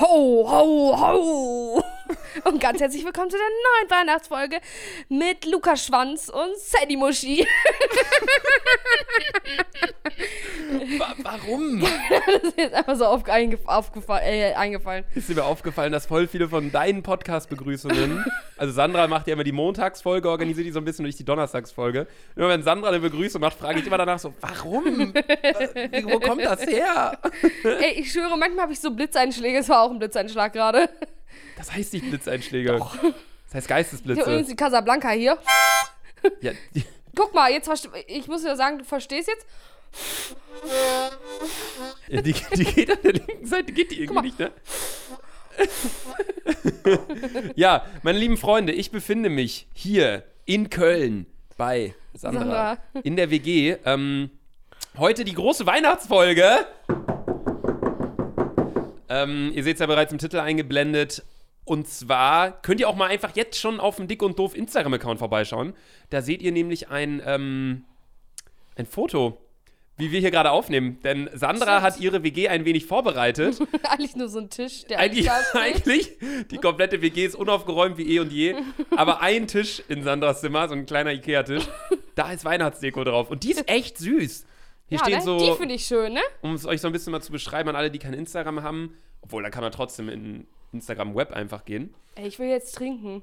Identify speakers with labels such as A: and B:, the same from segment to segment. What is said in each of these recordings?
A: Ho, ho, ho! Und ganz herzlich willkommen zu der neuen Weihnachtsfolge mit Lukas Schwanz und Sadie Muschi.
B: Wa- Warum?
A: Das ist jetzt einfach so auf, eingef aufgefa- äh, eingefallen.
B: Ist dir mal aufgefallen, dass voll viele von deinen Podcast-Begrüßungen, also Sandra macht ja immer die Montagsfolge, organisiert die so ein bisschen durch die Donnerstagsfolge. Immer wenn Sandra eine Begrüßung macht, frage ich immer danach so, warum? Wa- Wo kommt das her?
A: Ey, ich schwöre, manchmal habe ich so Blitzeinschläge. Es war auch ein Blitzeinschlag gerade.
B: Das heißt nicht Blitzeinschläge. Das heißt
A: Ich habe übrigens
B: Geistesblitze.
A: die Casablanca hier.
B: Ja, die-
A: Guck mal, jetzt verste- ich muss dir sagen, du verstehst jetzt.
B: ja, die, die geht an der linken Seite, geht die irgendwie
A: mal.
B: nicht, ne? ja, meine lieben Freunde, ich befinde mich hier in Köln bei
A: Sandra.
B: Sandra, in der WG. Ähm, heute die große Weihnachtsfolge. Ähm, ihr seht es ja bereits im Titel eingeblendet. Und zwar könnt ihr auch mal einfach jetzt schon auf dem Dick und Doof Instagram-Account vorbeischauen. Da seht ihr nämlich ein, ähm, ein Foto, wie wir hier gerade aufnehmen. Denn Sandra hat ihre WG ein wenig vorbereitet.
A: Eigentlich nur so ein Tisch, der
B: Eigentlich,
A: da steht.
B: eigentlich, die komplette WG ist unaufgeräumt wie eh und je. Aber ein Tisch in Sandras Zimmer, so ein kleiner Ikea-Tisch, da ist Weihnachtsdeko drauf. Und die ist echt süß. Hier
A: ja,
B: steht
A: ne?
B: so,
A: Die finde ich schön, ne?
B: um es euch so ein bisschen mal zu beschreiben, an alle, die kein Instagram haben. Obwohl, da kann man trotzdem in Instagram-Web einfach gehen.
A: Ey, ich will jetzt trinken.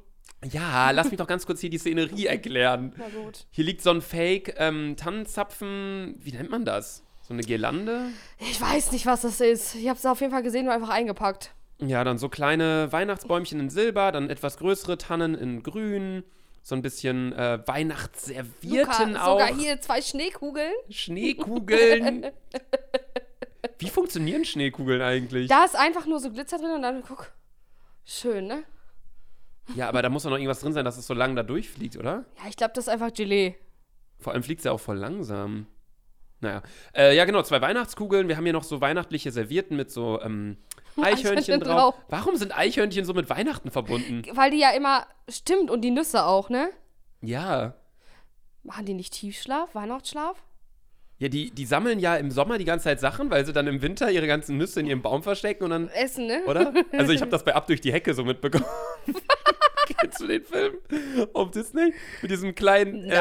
B: Ja, lass mich doch ganz kurz hier die Szenerie erklären.
A: Na gut.
B: Hier liegt so ein Fake ähm, Tannenzapfen, wie nennt man das? So eine Girlande?
A: Ich weiß nicht, was das ist. Ich habe es auf jeden Fall gesehen und einfach eingepackt.
B: Ja, dann so kleine Weihnachtsbäumchen in Silber, dann etwas größere Tannen in Grün, so ein bisschen äh, Weihnachtsservierten
A: Luca,
B: auch,
A: sogar hier zwei Schneekugeln.
B: Schneekugeln. Wie funktionieren Schneekugeln eigentlich?
A: Da ist einfach nur so Glitzer drin und dann guck. Schön, ne?
B: Ja, aber da muss doch noch irgendwas drin sein, dass es so lang da durchfliegt, oder?
A: Ja, ich glaube, das ist einfach Gelee.
B: Vor allem fliegt es ja auch voll langsam. Naja. Äh, ja, genau, zwei Weihnachtskugeln. Wir haben hier noch so weihnachtliche Servietten mit so ähm, Eichhörnchen
A: Eichhörnchen
B: drauf.
A: drauf.
B: Warum sind Eichhörnchen so mit Weihnachten verbunden?
A: Weil die ja immer. Stimmt, und die Nüsse auch, ne?
B: Ja.
A: Machen die nicht Tiefschlaf, Weihnachtsschlaf?
B: Ja, die, die sammeln ja im Sommer die ganze Zeit Sachen, weil sie dann im Winter ihre ganzen Nüsse in ihrem Baum verstecken und dann.
A: Essen, ne?
B: Oder? Also ich habe das bei Ab durch die Hecke so mitbekommen. Kennst du den Film auf Disney? Mit diesem kleinen, äh,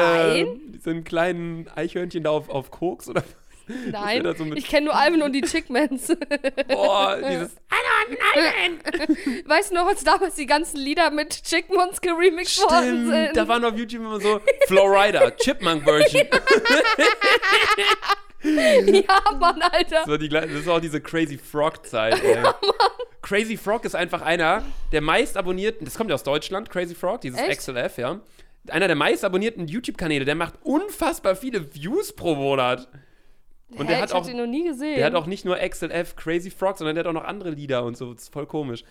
A: Nein.
B: diesem kleinen Eichhörnchen da auf, auf Koks oder
A: Nein.
B: Das wär da so mit-
A: ich kenne nur Alvin und die Chickmans.
B: boah, dieses
A: weißt du noch, als damals die ganzen Lieder mit Chickmans geremixed worden
B: Stimmt,
A: sind?
B: da waren auf YouTube immer so Florida, Chipmunk Version.
A: ja, Mann, Alter.
B: Das war, die, gleiche- das war auch diese Crazy Frog-Zeit. ey. Crazy Frog ist einfach einer der meist abonnierten, das kommt ja aus Deutschland, Crazy Frog, dieses
A: Echt?
B: XLF, ja. Einer der meist abonnierten YouTube-Kanäle, der macht unfassbar viele Views pro Monat. Und der
A: Hä,
B: hat
A: ich
B: auch,
A: hab den noch nie gesehen.
B: der hat auch nicht nur XLF, Crazy Frog, sondern der hat auch noch andere Lieder und so. Das ist voll komisch.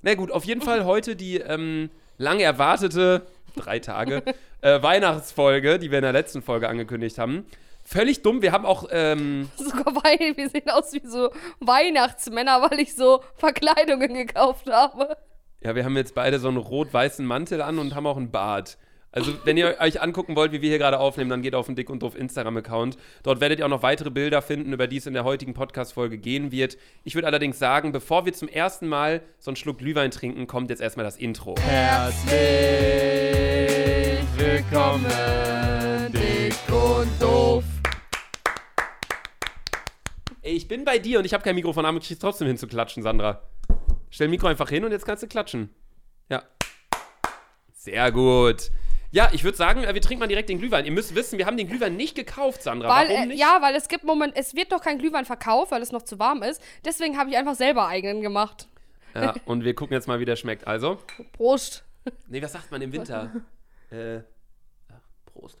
B: Na gut, auf jeden Fall heute die ähm, lang erwartete, drei Tage, äh, Weihnachtsfolge, die wir in der letzten Folge angekündigt haben. Völlig dumm, wir haben auch. Ähm,
A: sogar weil wir sehen aus wie so Weihnachtsmänner, weil ich so Verkleidungen gekauft habe.
B: Ja, wir haben jetzt beide so einen rot-weißen Mantel an und haben auch einen Bart. Also, wenn ihr euch angucken wollt, wie wir hier gerade aufnehmen, dann geht auf den Dick und Doof Instagram-Account. Dort werdet ihr auch noch weitere Bilder finden, über die es in der heutigen Podcast-Folge gehen wird. Ich würde allerdings sagen, bevor wir zum ersten Mal so einen Schluck Glühwein trinken, kommt jetzt erstmal das Intro.
A: Herzlich willkommen, dick und doof.
B: Ey, ich bin bei dir und ich habe kein Mikrofon, aber ich krieg's trotzdem hin zu klatschen, Sandra. Stell Mikro einfach hin und jetzt kannst du klatschen. Ja. Sehr gut. Ja, ich würde sagen, äh, wir trinken mal direkt den Glühwein. Ihr müsst wissen, wir haben den Glühwein nicht gekauft, Sandra.
A: Weil,
B: Warum
A: äh,
B: nicht?
A: ja, weil es gibt Moment, es wird doch kein Glühwein verkauft, weil es noch zu warm ist. Deswegen habe ich einfach selber eigenen gemacht.
B: Ja, und wir gucken jetzt mal, wie der schmeckt. Also.
A: Prost.
B: Nee, was sagt man im Winter? äh, ach, Prost.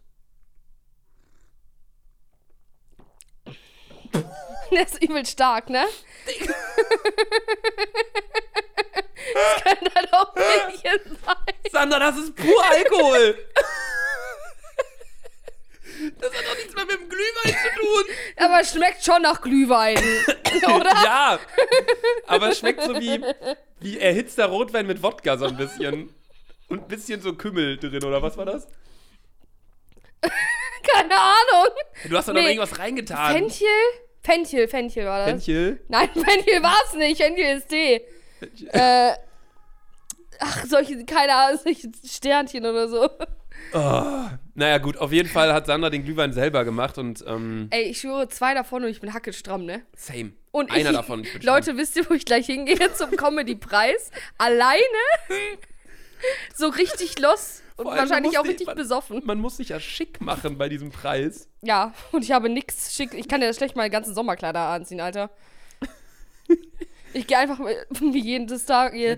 A: Der ist übel stark, ne? das kann halt auch Mädchen sein.
B: Sandra, das ist pur Alkohol! das hat doch nichts mehr mit dem Glühwein zu tun!
A: Aber es schmeckt schon nach Glühwein, oder?
B: Ja! Aber es schmeckt so wie, wie erhitzter Rotwein mit Wodka so ein bisschen. Und ein bisschen so Kümmel drin, oder was war das?
A: Keine Ahnung.
B: Du hast da noch
A: Nee.
B: irgendwas reingetan.
A: Fenchel? Fenchel, Fenchel war das.
B: Fenchel?
A: Nein, Fenchel war's nicht. Fenchel ist Tee. äh, ach, solche, keine Ahnung, solche Sternchen oder so.
B: Oh. Naja, gut, auf jeden Fall hat Sandra den Glühwein selber gemacht und ähm,
A: Ey, ich schwöre, zwei davon und ich bin hackelstramm, ne?
B: same.
A: Und
B: Einer
A: ich,
B: davon. ich bin
A: Leute, wisst ihr, wo ich gleich hingehe zum Comedy-Preis? Alleine? so richtig los und
B: Vor allem, man
A: wahrscheinlich
B: muss
A: auch
B: die-
A: richtig
B: man-
A: besoffen.
B: Man muss sich ja schick machen bei diesem Preis.
A: Ja, und ich habe nix schick. Ich kann ja schlecht meine ganzen Sommerkleider anziehen, Alter. Ich gehe einfach wie jeden Tag. Hier.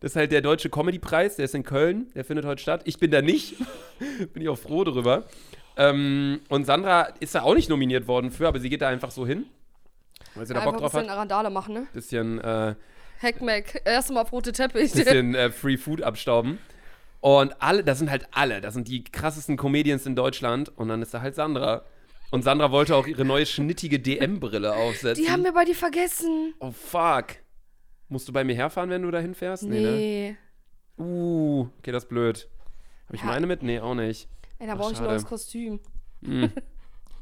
B: Das ist halt der Deutsche Comedy-Preis, der ist in Köln, der findet heute statt. Ich bin da nicht. bin ich auch froh drüber. Ähm, und Sandra ist da auch nicht nominiert worden für, aber sie geht da einfach so hin. Weil sie da
A: Einfach
B: Bock
A: ein
B: drauf
A: bisschen
B: hat.
A: Arandale machen, ne?
B: Bisschen, äh,
A: Hackmack. Erstmal auf rote Teppich.
B: bisschen äh, Free Food abstauben. Und alle, das sind halt alle, das sind die krassesten Comedians in Deutschland. Und dann ist da halt Sandra. Und Sandra wollte auch ihre neue schnittige DM-Brille aufsetzen.
A: Die haben wir bei dir vergessen.
B: oh fuck. Musst du bei mir herfahren, wenn du da hinfährst?
A: Nee.
B: ne? Uh, okay, das ist blöd. Hab ich
A: Ja.
B: meine mit? Nee, auch nicht.
A: Ey, da
B: Ach,
A: brauche ich ein
B: schade.
A: neues Kostüm.
B: Wir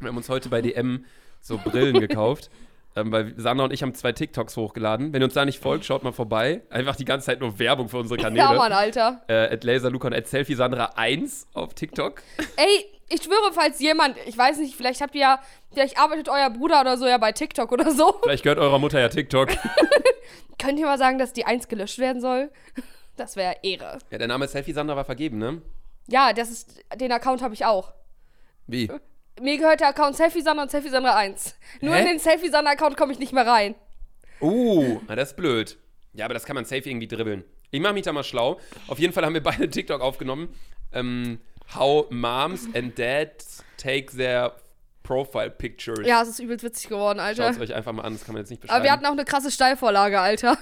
B: haben uns heute bei DM so Brillen gekauft. Ähm, weil Sandra und ich haben zwei TikToks hochgeladen. Wenn ihr uns da nicht folgt, schaut mal vorbei. Einfach die ganze Zeit nur Werbung für unsere Kanäle.
A: Ja, Mann, Alter.
B: äh, at LaserLuca und at Selfie Sandra 1 auf TikTok.
A: Ey, ich schwöre, falls jemand, ich weiß nicht, vielleicht habt ihr ja, vielleicht arbeitet euer Bruder oder so ja bei TikTok oder so.
B: Vielleicht gehört eurer Mutter ja TikTok.
A: Könnt ihr mal sagen, dass die Eins gelöscht werden soll? Das wäre Ehre.
B: ja, der Name Selfie Sandra war vergeben, ne?
A: Ja, das ist, den Account habe ich auch.
B: Wie?
A: Mir gehört der Account Selfie Sandra und Selfie Sandra 1. Nur
B: Hä?
A: in den Selfie Sandra Account komme ich nicht mehr rein.
B: Uh, na, das ist blöd. Ja, aber das kann man safe irgendwie dribbeln. Ich mache mich da mal schlau. Auf jeden Fall haben wir beide TikTok aufgenommen. Ähm, how Moms and Dads take their profile pictures.
A: Ja, es ist übelst witzig geworden, Alter.
B: Schaut es euch einfach mal an, das kann man jetzt nicht beschreiben.
A: Aber wir hatten auch eine krasse Steilvorlage, Alter.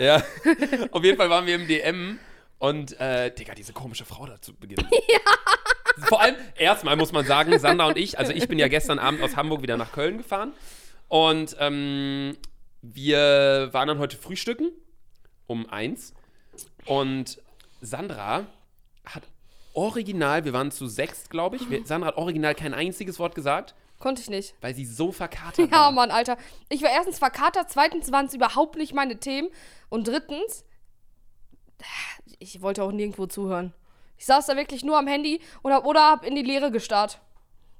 B: ja. Auf jeden Fall waren wir im DM und, äh, Digga, diese komische Frau da zu Beginn. Ja. Vor allem, erstmal muss man sagen, Sandra und ich, also ich bin ja gestern Abend aus Hamburg wieder nach Köln gefahren und ähm, wir waren dann heute frühstücken um eins und Sandra hat original, wir waren zu sechst, glaube ich, wir, Sandra hat original kein einziges Wort gesagt,
A: Konnte ich nicht.
B: weil sie so verkatert
A: Ja,
B: war.
A: Mann, Alter. Ich war erstens verkatert, zweitens waren es überhaupt nicht meine Themen und drittens, ich wollte auch nirgendwo zuhören. Ich saß da wirklich nur am Handy und hab, oder hab in die Leere gestarrt.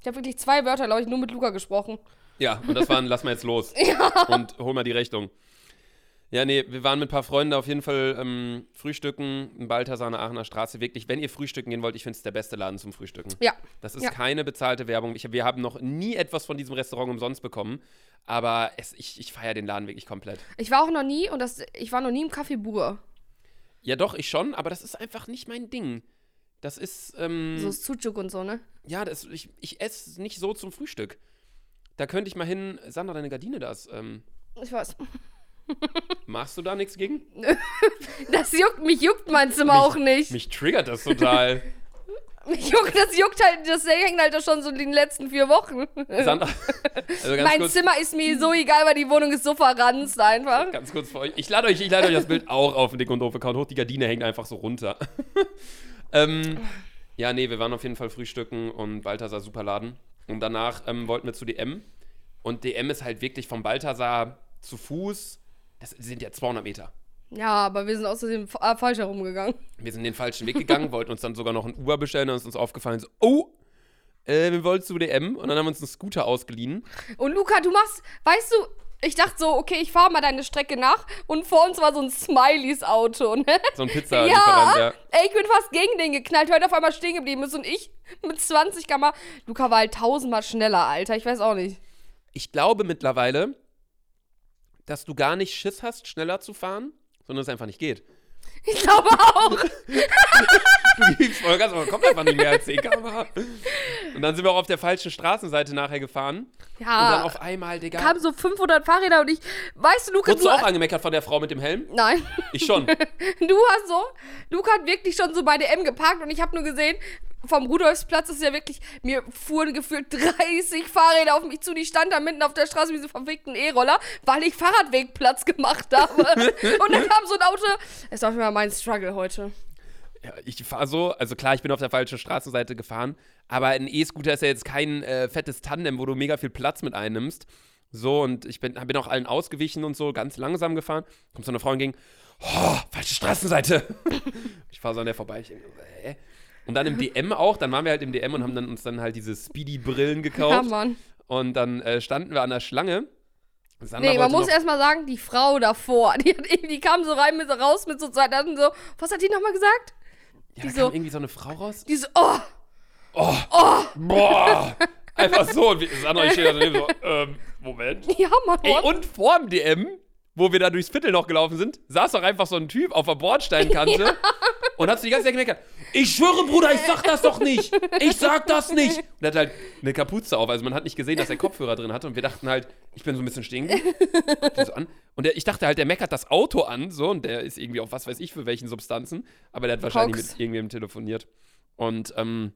A: Ich habe wirklich zwei Wörter, glaube ich, nur mit Luca gesprochen.
B: Ja, und das waren, lass mal jetzt los. Und hol mal die Rechnung. Ja, nee, wir waren mit ein paar Freunden auf jeden Fall ähm, frühstücken in Balthasar der Aachener Straße. Wirklich, wenn ihr frühstücken gehen wollt, ich finde es der beste Laden zum Frühstücken.
A: Ja.
B: Das ist
A: Ja.
B: keine bezahlte Werbung. Ich, wir haben noch nie etwas von diesem Restaurant umsonst bekommen. Aber es, ich, ich feiere den Laden wirklich komplett.
A: Ich war auch noch nie und das, ich war noch nie im Café Bur.
B: Ja, doch, ich schon, aber das ist einfach nicht mein Ding. Das ist, ähm,
A: So Sucuk und so, ne?
B: ja, das, ich, ich esse nicht so zum Frühstück. Da könnte ich mal hin, Sandra, deine Gardine da ist. Ähm,
A: Ich weiß.
B: machst du da nichts gegen?
A: Das juckt, mich juckt mein Zimmer auch nicht. Mich,
B: Mich triggert das total.
A: juckt, das juckt halt, das hängt halt schon so in den letzten vier Wochen.
B: Sandra, also ganz,
A: Mein
B: kurz,
A: Zimmer ist mir so egal, weil die Wohnung ist so verranzt einfach.
B: ganz kurz für euch. Ich lade euch, ich lade euch das Bild auch auf den Dick und Doof-Account hoch. Die Gardine hängt einfach so runter. ähm, ja, nee, wir waren auf jeden Fall frühstücken und Balthasar Superladen. Und danach ähm, wollten wir zu DM. Und DM ist halt wirklich vom Balthasar zu Fuß. Das sind ja 200 Meter.
A: Ja, aber wir sind außerdem äh, falsch herumgegangen.
B: Wir sind den falschen Weg gegangen, wollten uns dann sogar noch ein Uber bestellen. Dann ist uns aufgefallen, so, oh, äh, wir wollten zu DM. Und dann haben wir uns einen Scooter ausgeliehen.
A: Und Luca, du machst, weißt du, ich dachte so, okay, ich fahre mal deine Strecke nach und vor uns war so ein Smileys Auto, ne?
B: So ein
A: Ja,
B: Pizza-Lieferant, ja.
A: Ey, ich bin fast gegen den geknallt, weil er auf einmal stehen geblieben ist und ich mit 20 Kammer. Luca war halt tausendmal schneller, Alter, ich weiß auch nicht.
B: ich glaube mittlerweile, dass du gar nicht Schiss hast, schneller zu fahren, sondern es einfach nicht geht.
A: Ich glaube auch.
B: Du gibst Vollgas, aber kommt einfach nicht mehr als 10 km/h. Und dann sind wir auch auf der falschen Straßenseite nachher gefahren. Und dann
A: Ja,
B: auf einmal, Digga.
A: kamen so 500 Fahrräder und ich, weißt du, Luca,
B: Wurdest du auch angemeckert von der Frau mit dem Helm?
A: Nein.
B: Ich schon.
A: Du hast so, Luca hat wirklich schon so bei DM geparkt und ich habe nur gesehen, vom Rudolfsplatz ist ja wirklich, mir fuhren gefühlt 30 Fahrräder auf mich zu, die standen da mitten auf der Straße wie so verfickten E-Roller, weil ich Fahrradwegplatz gemacht habe. und dann kam so ein Auto, es war schon mal mein Struggle heute.
B: Ja, ich fahre so, also klar, ich bin auf der falschen Straßenseite gefahren, aber ein E-Scooter ist ja jetzt kein äh, fettes Tandem, wo du mega viel Platz mit einnimmst. So, und ich bin, bin auch allen ausgewichen und so, ganz langsam gefahren. Kommt so eine Frau und ging, oh, falsche Straßenseite. ich fahre so an der vorbei. Ich denk, hä? Und dann im DM auch, dann waren wir halt im DM und haben dann uns dann halt diese Speedy-Brillen
A: Ja,
B: gekauft.
A: Mann.
B: und dann äh, standen wir an der Schlange. Sandra
A: Nee, man
B: wollte
A: muss
B: noch-
A: erstmal sagen, die Frau davor, die, hat eben, die kam so rein, mit, so raus mit so zwei Daten so, was hat die nochmal gesagt?
B: ja,
A: die
B: da
A: so-
B: kam irgendwie so eine Frau raus.
A: Die so, oh,
B: Boah! Einfach so. Und wir- Sandra, ich stehe da daneben so, ähm, Moment.
A: ja, Mann.
B: Ey,
A: what?
B: und vorm DM, wo wir da durchs Viertel noch gelaufen sind, saß doch einfach so ein Typ auf der Bordsteinkante und hat so die ganze Zeit gemeckert. Ich schwöre, Bruder, ich sag das doch nicht. Ich sag das nicht. Und er hat halt eine Kapuze auf. Also man hat nicht gesehen, dass er Kopfhörer drin hatte. Und wir dachten halt, ich bin so ein bisschen stehen geblieben. Guck den so an. Und der, ich dachte halt, der meckert das Auto an. So, und der ist irgendwie auf was weiß ich für welchen Substanzen. Aber der hat wahrscheinlich
A: Koks.
B: mit irgendwem telefoniert. Und, ähm,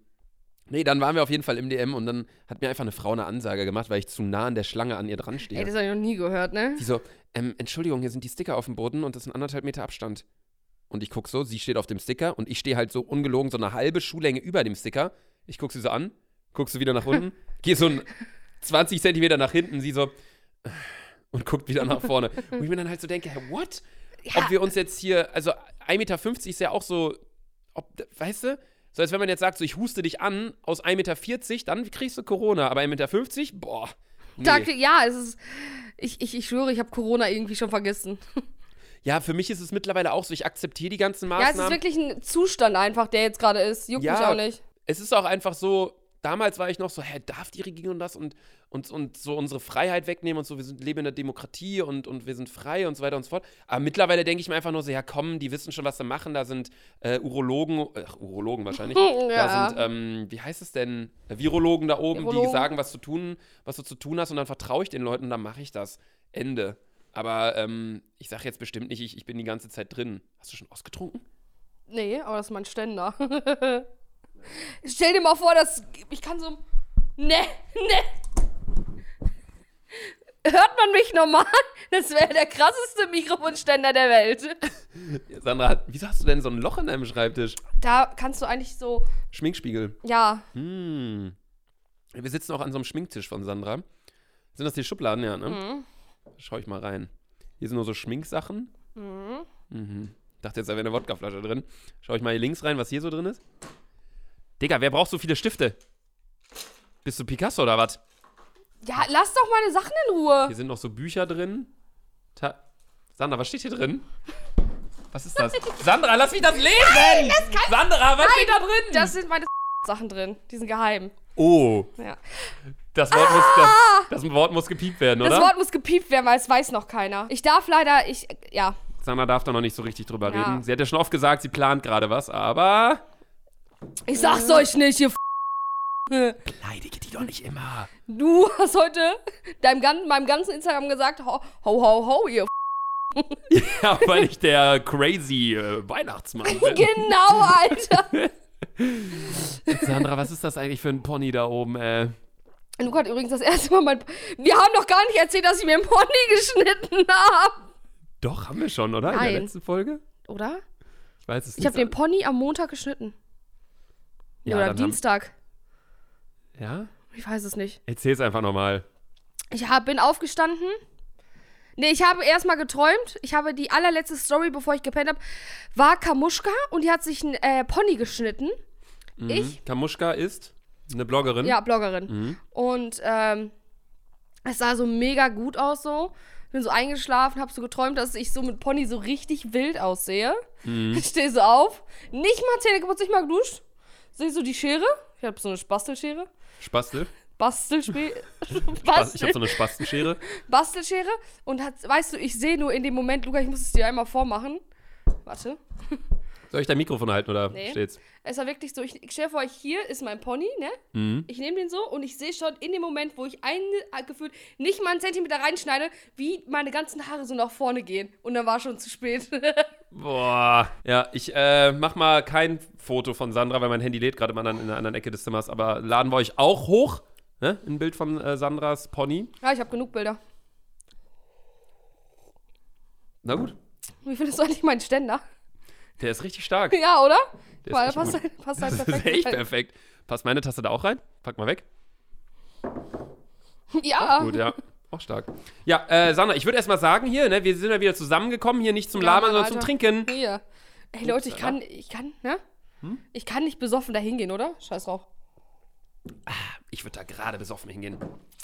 B: Nee, dann waren wir auf jeden Fall im DM und dann hat mir einfach eine Frau eine Ansage gemacht, weil ich zu nah an der Schlange an ihr dran stehe.
A: Ey, das habe ich noch nie gehört, ne?
B: Die so, ähm, Entschuldigung, hier sind die Sticker auf dem Boden und das sind anderthalb Meter Abstand. Und ich guck so, sie steht auf dem Sticker und ich stehe halt so ungelogen so eine halbe Schuhlänge über dem Sticker. Ich guck sie so an, guck sie wieder nach unten, geh so ein 20 Zentimeter nach hinten, sie so und guckt wieder nach vorne. Und ich mir dann halt so denke, hä, what? Ob wir uns jetzt hier, also 1,50 Meter ist ja auch so, ob, weißt du? So als wenn man jetzt sagt, so ich huste dich an aus 1,40 Meter, dann kriegst du Corona. Aber 1,50 Meter, boah. nee.
A: Da, ja, es ist, ich, ich, ich schwöre, ich habe Corona irgendwie schon vergessen.
B: Ja, für mich ist es mittlerweile auch so, ich akzeptiere die ganzen
A: Ja, es ist
B: Maßnahmen.
A: wirklich ein Zustand einfach, der jetzt gerade ist. Juckt mich
B: Ja.
A: auch nicht.
B: es ist auch einfach so, damals war ich noch so, hä, darf die Regierung das und, und, und so unsere Freiheit wegnehmen und so, wir sind, leben in der Demokratie und, und wir sind frei und so weiter und so fort. Aber mittlerweile denke ich mir einfach nur so, ja komm, die wissen schon, was sie machen, da sind äh, Urologen, ach, Urologen wahrscheinlich, da
A: Ja.
B: sind, ähm, wie heißt es denn, Äh, Virologen da oben, die
A: Virologen.
B: sagen, was zu tun, was du zu tun hast und dann vertraue ich den Leuten und dann mache ich das. Ende. Aber ähm, ich sage jetzt bestimmt nicht, ich, ich bin die ganze Zeit drin. Hast du schon ausgetrunken?
A: Nee, aber das ist mein Ständer. Stell dir mal vor, dass ich kann so. Ne, ne. Hört man mich normal? Das wäre der krasseste Mikrofonständer der Welt.
B: Sandra, hat- wieso hast du denn so ein Loch in deinem Schreibtisch?
A: Da kannst du eigentlich so.
B: Schminkspiegel.
A: Ja,
B: Hm. Wir sitzen auch an so einem Schminktisch von Sandra. Sind das die Schubladen? Ja, ne?
A: Hm.
B: Schau ich mal rein. Hier sind nur so Schminksachen. Mhm. Dachte jetzt, da wäre eine Wodkaflasche drin. Schau ich mal hier links rein, was hier so drin ist. Digga, wer braucht so viele Stifte? Bist du Picasso oder was?
A: ja, lass doch meine Sachen in Ruhe.
B: Hier sind noch so Bücher drin. Ta Sandra, was steht hier drin? Was ist das? Sandra, lass mich das lesen! Sandra, was steht da drin?
A: Das sind meine Sachen drin. Die sind geheim.
B: oh.
A: Ja. Ah!
B: Das Wort, muss, das, das Wort muss gepiept werden,
A: Das
B: oder?
A: Wort muss gepiept werden, weil es weiß noch keiner. Ich darf leider, ich, ja.
B: Sandra darf da noch nicht so richtig drüber
A: Ja.
B: reden. Sie hat ja schon oft gesagt, sie plant gerade was, aber.
A: Ich sag's
B: Äh.
A: euch nicht, ihr F
B: Beleidige die doch nicht immer.
A: Du hast heute deinem, gan- meinem ganzen Instagram gesagt, ho, ho, ho, ho ihr F
B: Ja, weil ich der crazy äh, Weihnachtsmann bin.
A: Genau, Alter.
B: Sandra, was ist das eigentlich für ein Pony da oben, äh? ey?
A: Luca hat übrigens das erste Mal mein... Wir haben doch gar nicht erzählt, dass ich mir einen Pony geschnitten habe.
B: Doch, haben wir schon, oder? In der
A: Nein.
B: letzten Folge?
A: Oder?
B: Ich weiß es
A: Ich habe den
B: nicht.
A: Pony am Montag geschnitten.
B: Ja,
A: Oder
B: dann
A: am
B: haben-
A: Dienstag.
B: Ja?
A: Ich weiß es nicht.
B: Erzähl's einfach nochmal.
A: Ich hab, bin aufgestanden. Nee, ich habe erstmal geträumt. Ich habe die allerletzte Story, bevor ich gepennt habe, war Kamuschka und die hat sich einen äh, Pony geschnitten.
B: Mhm.
A: Ich
B: Kamuschka ist eine Bloggerin.
A: Ja, Bloggerin.
B: Mhm.
A: Und ähm, es sah so mega gut aus so. Ich bin so eingeschlafen, hab so geträumt, dass ich so mit Pony so richtig wild aussehe.
B: Mhm.
A: Ich stehe so auf, nicht mal Zähne geputzt, nicht mal geduscht. Sehe so die Schere. Ich hab so eine Bastelschere.
B: Spastel.
A: Bastelspiel.
B: Spas- Ich
A: Bastel
B: habe so eine Spastenschere.
A: Bastelschere. Und hat, weißt du, ich sehe nur in dem Moment, Luca, ich muss es dir einmal vormachen. Warte.
B: Soll ich dein Mikrofon halten oder
A: Nee.
B: steht's?
A: Es war wirklich so, ich, ich stell vor, ich- hier ist mein Pony, ne?
B: Mhm.
A: Ich nehme den so und ich sehe schon in dem Moment, wo ich einen äh, gefühlt nicht mal einen Zentimeter reinschneide, wie meine ganzen Haare so nach vorne gehen. Und dann war schon zu spät.
B: Boah. Ja, ich äh, mach mal kein Foto von Sandra, weil mein Handy lädt gerade mal an, in der anderen Ecke des Zimmers. Aber laden wir euch auch hoch. Ne? Ein Bild von äh, Sandras Pony.
A: ja, ich habe genug Bilder.
B: Na gut.
A: Wie findest du eigentlich meinen Ständer?
B: Der ist richtig stark.
A: Ja, oder?
B: Der
A: Weil da
B: ist
A: passt,
B: echt
A: halt, passt halt
B: Das ist
A: perfekt.
B: echt perfekt. Passt meine Taste da auch rein? Pack mal weg.
A: Ja.
B: Gut, ja. Auch stark. Ja, äh, Sandra, ich würde erstmal sagen hier, ne, wir sind ja wieder zusammengekommen, hier nicht zum
A: Ja,
B: Labern,
A: Mann,
B: sondern zum
A: Alter.
B: Trinken.
A: Hier. Ey, Leute, ich kann, ich kann, ne?
B: Hm?
A: Ich kann nicht besoffen da hingehen, oder? Scheiß Rauch.
B: Ich würde da gerade besoffen hingehen.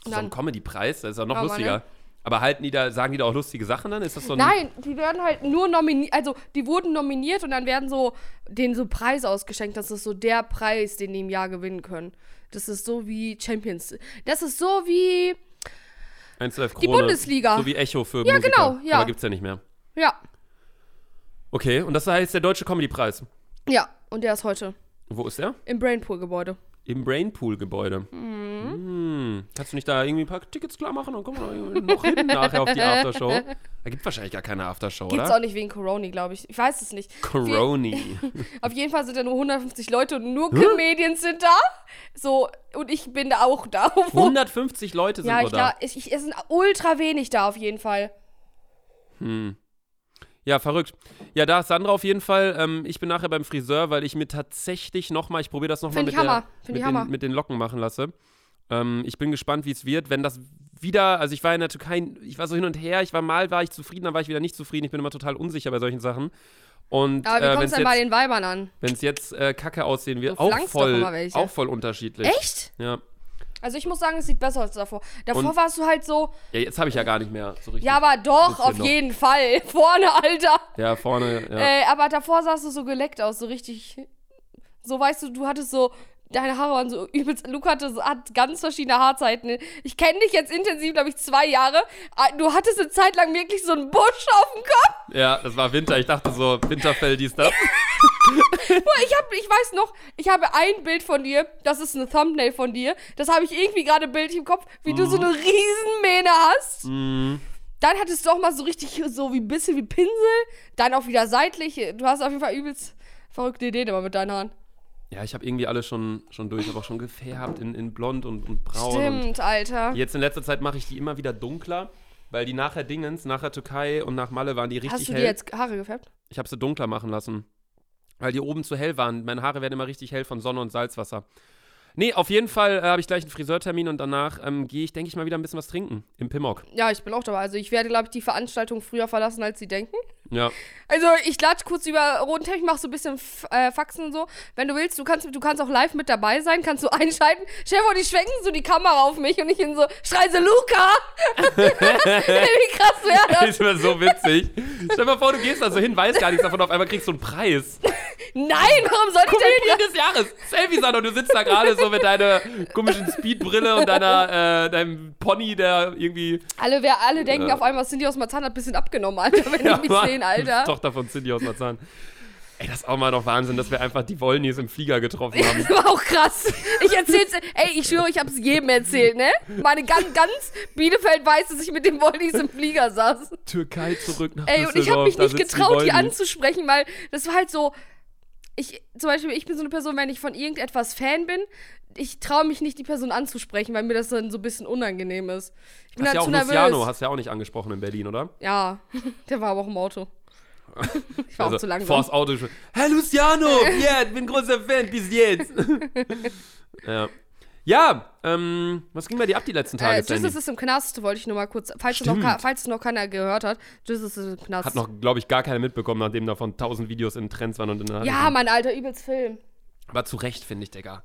B: So
A: Dann-
B: ein Comedy-Preis, das ist ja noch
A: Aber,
B: lustiger.
A: ne?
B: Aber halten die da, sagen die da auch lustige Sachen dann? Ist das so ein.
A: Nein, die werden halt nur nominiert, also die wurden nominiert und dann werden so denen so Preise ausgeschenkt. Das ist so der Preis, den die im Jahr gewinnen können. Das ist so wie Champions. Das ist so wie.
B: 112 Krone.
A: Die Bundesliga.
B: So wie Echo für ja, Musiker.
A: genau, ja.
B: Aber gibt's ja nicht mehr.
A: Ja.
B: Okay, und das heißt der Deutsche Comedy-Preis.
A: Ja. Und der ist heute
B: Wo ist der?
A: im Brainpool-Gebäude.
B: Im Brainpool-Gebäude.
A: Mhm.
B: Hm. Kannst du nicht da irgendwie ein paar Tickets klar machen und kommen wir noch hin nachher auf die Aftershow? Da gibt wahrscheinlich gar keine Aftershow,
A: Gibt's
B: oder?
A: auch nicht wegen Corona, glaube ich. Ich weiß es nicht.
B: Coroni.
A: Auf jeden Fall sind da nur 150 Leute und nur Comedians sind da. So, und ich bin da auch da.
B: 150 Leute sind
A: ja,
B: wir
A: ich
B: da.
A: glaube, es es sind ultra wenig da auf jeden Fall.
B: Ja, verrückt. Ja, da ist Sandra auf jeden Fall. Ähm, ich bin nachher beim Friseur, weil ich mir tatsächlich nochmal, ich probiere das nochmal
A: Find
B: mit,
A: ich Hammer.
B: der-
A: Find
B: mit,
A: ich
B: den-
A: Hammer.
B: mit den Locken machen lasse. Ähm, ich bin gespannt, wie es wird. Wenn das wieder, also ich war in der Türkei, ich war so hin und her, ich war mal, war ich zufrieden, dann war ich wieder nicht zufrieden. Ich bin immer total unsicher bei solchen Sachen. Und
A: Aber wie
B: äh,
A: kommt
B: wenn
A: es
B: es
A: dann bei
B: jetzt,
A: den Weibern an?
B: wenn's jetzt äh, kacke aussehen wird,
A: Du
B: auch
A: flankst doch
B: voll,
A: immer welche.
B: auch voll unterschiedlich.
A: Echt?
B: Ja.
A: Also ich muss sagen, es sieht besser aus davor. Davor
B: Und-
A: warst du halt so,
B: ja, jetzt habe ich ja gar nicht mehr so richtig.
A: ja, aber doch,
B: Bisschen
A: auf
B: noch.
A: jeden Fall. Vorne, Alter.
B: ja vorne, ja.
A: Äh, aber davor sahst du so geleckt aus, so richtig. So weißt du, du hattest so. Deine Haare waren so übelst. Luca hatte, so- hat ganz verschiedene Haarzeiten. Ich kenne dich jetzt intensiv, glaube ich, zwei Jahre. Ah, Du hattest eine Zeit lang wirklich so einen Busch auf dem Kopf.
B: ja, das war Winter. Ich dachte so, Winterfell, dies, das.
A: Ich, hab, ich weiß noch, ich habe ein Bild von dir. Das ist ein Thumbnail von dir. Das habe ich irgendwie gerade bildlich im Kopf, wie du so
B: Mhm.
A: eine Riesenmähne hast.
B: Mm.
A: Dann hattest du auch mal so richtig, so wie ein bisschen wie Pinsel. Dann auch wieder seitlich. Du hast auf jeden Fall übelst verrückte Ideen immer mit deinen Haaren.
B: Ja, ich habe irgendwie alles schon, schon durch, aber auch schon gefärbt in, in blond und, und braun. Und
A: Stimmt, Alter.
B: jetzt in letzter Zeit mache ich die immer wieder dunkler, weil die nachher Dingens, nachher Türkei und nach Malle waren die richtig
A: Hast du
B: hell.
A: dir jetzt Haare gefärbt?
B: Ich habe sie dunkler machen lassen, weil die oben zu hell waren. Meine Haare werden immer richtig hell von Sonne und Salzwasser. Nee, auf jeden Fall äh, habe ich gleich einen Friseurtermin und danach ähm, gehe ich, denke ich, mal wieder ein bisschen was trinken im Pimmock.
A: Ja, ich bin auch dabei. Also ich werde, glaube ich, die Veranstaltung früher verlassen, als sie denken.
B: Ja,
A: Also ich latsche kurz über roten Teppich, mach so ein bisschen F äh, Faxen und so. Wenn du willst, du kannst, du kannst auch live mit dabei sein, kannst du einschalten. Stell dir vor, die schwenken so die Kamera auf mich und ich in so, schreise Luca! Wie krass wäre das?
B: das ist immer so witzig. Stell dir mal vor, du gehst da so hin, weißt gar nichts davon, auf einmal kriegst du einen Preis.
A: Nein, warum soll ich denn...
B: Comedian des Jahres. Selfie Sandra, du sitzt da gerade so mit deiner komischen Speedbrille und deiner, äh, deinem Pony, der irgendwie.
A: Alle, wer, alle denken
B: Ja.
A: auf einmal, Cindy aus Marzahn hat ein bisschen abgenommen, Alter, wenn die mich
B: Mann,
A: sehen, Alter.
B: Tochter von Cindy aus Marzahn. Ey, das ist auch mal noch Wahnsinn, dass wir einfach die Wollnies im Flieger getroffen haben.
A: Das war auch krass. Ich erzähl's, ey, ich schwöre, ich hab's jedem erzählt, ne? Meine ganz, ganz Bielefeld weiß, dass ich mit dem Wollis im Flieger saß.
B: Türkei zurück nach
A: Ey, und ich habe mich
B: da
A: nicht
B: sitzen
A: getraut, die,
B: Wollnies.
A: anzusprechen, weil das war halt so. Ich, zum Beispiel, ich bin so eine Person, wenn ich von irgendetwas Fan bin, ich traue mich nicht, die Person anzusprechen, weil mir das dann so ein bisschen unangenehm ist. Ich bin
B: Hast ja
A: halt
B: auch
A: zu
B: Luciano,
A: nervös.
B: hast ja auch nicht angesprochen in Berlin, oder?
A: Ja, der war aber auch im Auto. ich war auch zu langsam.
B: Also, Vors Auto schon. Hey Luciano, ja, ich bin großer Fan, bis jetzt. ja. Ja, ähm, was ging bei dir ab die letzten
A: Äh,
B: Tage?
A: Jesus
B: Sandy?
A: ist im Knast, wollte ich nur mal kurz, falls es noch,
B: Stimmt.
A: ka- falls es noch keiner gehört hat, Jesus ist im Knast.
B: Hat noch, glaube ich, gar keiner mitbekommen, nachdem davon tausend Videos in Trends waren und in der
A: Ja, Mann, Alter, übelst Film.
B: Aber zu Recht, finde ich, Digga.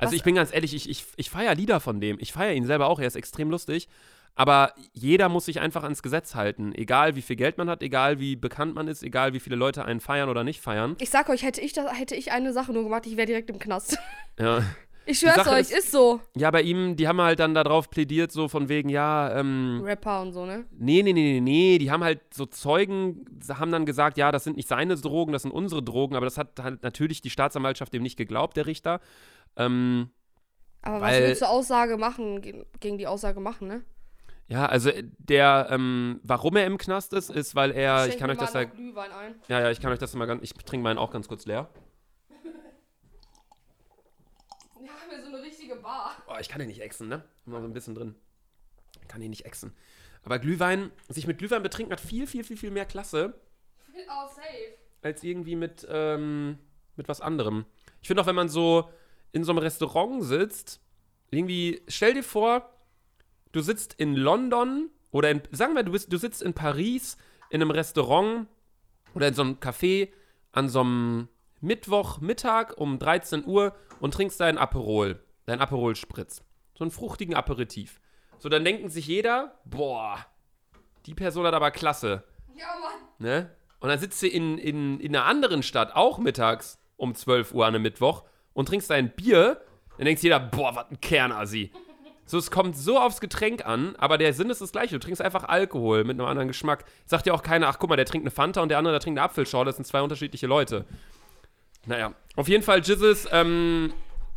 B: Also ich bin ganz ehrlich, ich, ich, ich feiere Lieder von dem. Ich feiere ihn selber auch, er ist extrem lustig. Aber jeder muss sich einfach ans Gesetz halten. Egal wie viel Geld man hat, egal wie bekannt man ist, egal wie viele Leute einen feiern oder nicht feiern.
A: Ich sag euch, hätte ich, das, hätte ich eine Sache nur gemacht, ich wäre direkt im Knast.
B: Ja.
A: Ich
B: Die
A: schwör's
B: Sache
A: euch,
B: ist-
A: ist so.
B: ja, bei ihm, die haben halt dann darauf plädiert, so von wegen, ja, ähm,
A: Rapper und so, ne?
B: Nee, nee, nee, nee, nee. Die haben halt so Zeugen, haben dann gesagt, ja, das sind nicht seine Drogen, das sind unsere Drogen, aber das hat halt natürlich die Staatsanwaltschaft dem nicht geglaubt, der Richter. Ähm,
A: Aber was
B: Weil-
A: willst du Aussage machen, ge- gegen die Aussage machen, ne?
B: ja, also äh, der, ähm, warum er im Knast ist, ist, weil er, Äh, ich
A: Schenk
B: kann
A: mir
B: euch das
A: mal
B: halt ja,
A: noch Glühwein ein.
B: ja, ja, ich kann euch das mal ganz, ich trinke meinen auch ganz kurz leer.
A: Wir haben hier so eine richtige Bar.
B: Oh, ich kann den nicht exen, ne? Noch so ein bisschen drin. Ich kann den nicht exen. Aber Glühwein, sich mit Glühwein betrinken hat viel, viel, viel, viel mehr Klasse.
A: Bin auch safe.
B: als irgendwie mit, ähm, mit was anderem. Ich finde auch, wenn man so in so einem Restaurant sitzt, irgendwie, stell dir vor, du sitzt in London oder in, sagen wir, du, bist, du sitzt in Paris in einem Restaurant oder in so einem Café an so einem Mittwochmittag um 13 Uhr und trinkst deinen Aperol, deinen Aperol-Spritz. So einen fruchtigen Aperitif. So, dann denken sich jeder, boah, die Person hat aber klasse.
A: Ja, Mann.
B: Ne? Und dann sitzt du in, in, in einer anderen Stadt, auch mittags um 12 Uhr an einem Mittwoch und trinkst dein Bier, dann denkt jeder, boah, was ein Kernassi. So, es kommt so aufs Getränk an, aber der Sinn ist das gleiche. Du trinkst einfach Alkohol mit einem anderen Geschmack. Sagt ja auch keiner, ach guck mal, der trinkt eine Fanta und der andere, der trinkt eine Apfelschorle. Das sind zwei unterschiedliche Leute. Naja, auf jeden Fall, Jizzes ähm,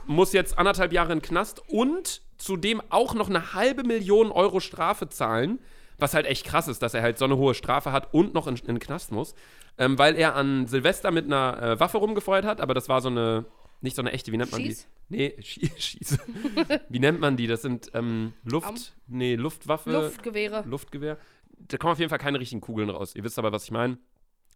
B: muss jetzt anderthalb Jahre in den Knast und zudem auch noch eine halbe Million Euro Strafe zahlen. Was halt echt krass ist, dass er halt so eine hohe Strafe hat und noch in, in den Knast muss. Ähm, weil er an Silvester mit einer äh, Waffe rumgefeuert hat, aber das war so eine, nicht so eine echte, wie nennt man
A: Schieß?
B: die? Nee, schie schieß. wie nennt man die? Das sind ähm, Luft,
A: Am-
B: nee, Luftwaffe,
A: Luftgewehre.
B: Luftgewehr. Da kommen auf jeden Fall keine richtigen Kugeln raus. Ihr wisst aber, was ich meine.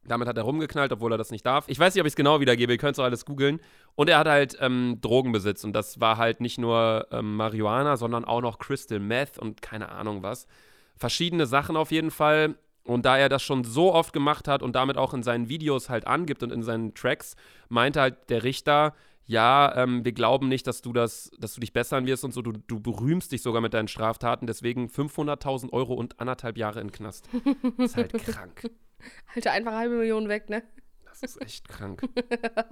B: Damit hat er rumgeknallt, obwohl er das nicht darf. Ich weiß nicht, ob ich es genau wiedergebe, ihr könnt es auch alles googeln. Und er hat halt ähm, Drogenbesitz und das war halt nicht nur ähm, Marihuana, sondern auch noch Crystal Meth und keine Ahnung was. Verschiedene Sachen auf jeden Fall. Und da er das schon so oft gemacht hat und damit auch in seinen Videos halt angibt und in seinen Tracks, meinte halt der Richter, ja, ähm, wir glauben nicht, dass du das, dass du dich bessern wirst und so, du, du berühmst dich sogar mit deinen Straftaten, deswegen 500.000 Euro und anderthalb Jahre in den Knast. Das ist halt krank.
A: Alter, einfach halbe Million weg, ne?
B: Das ist echt krank.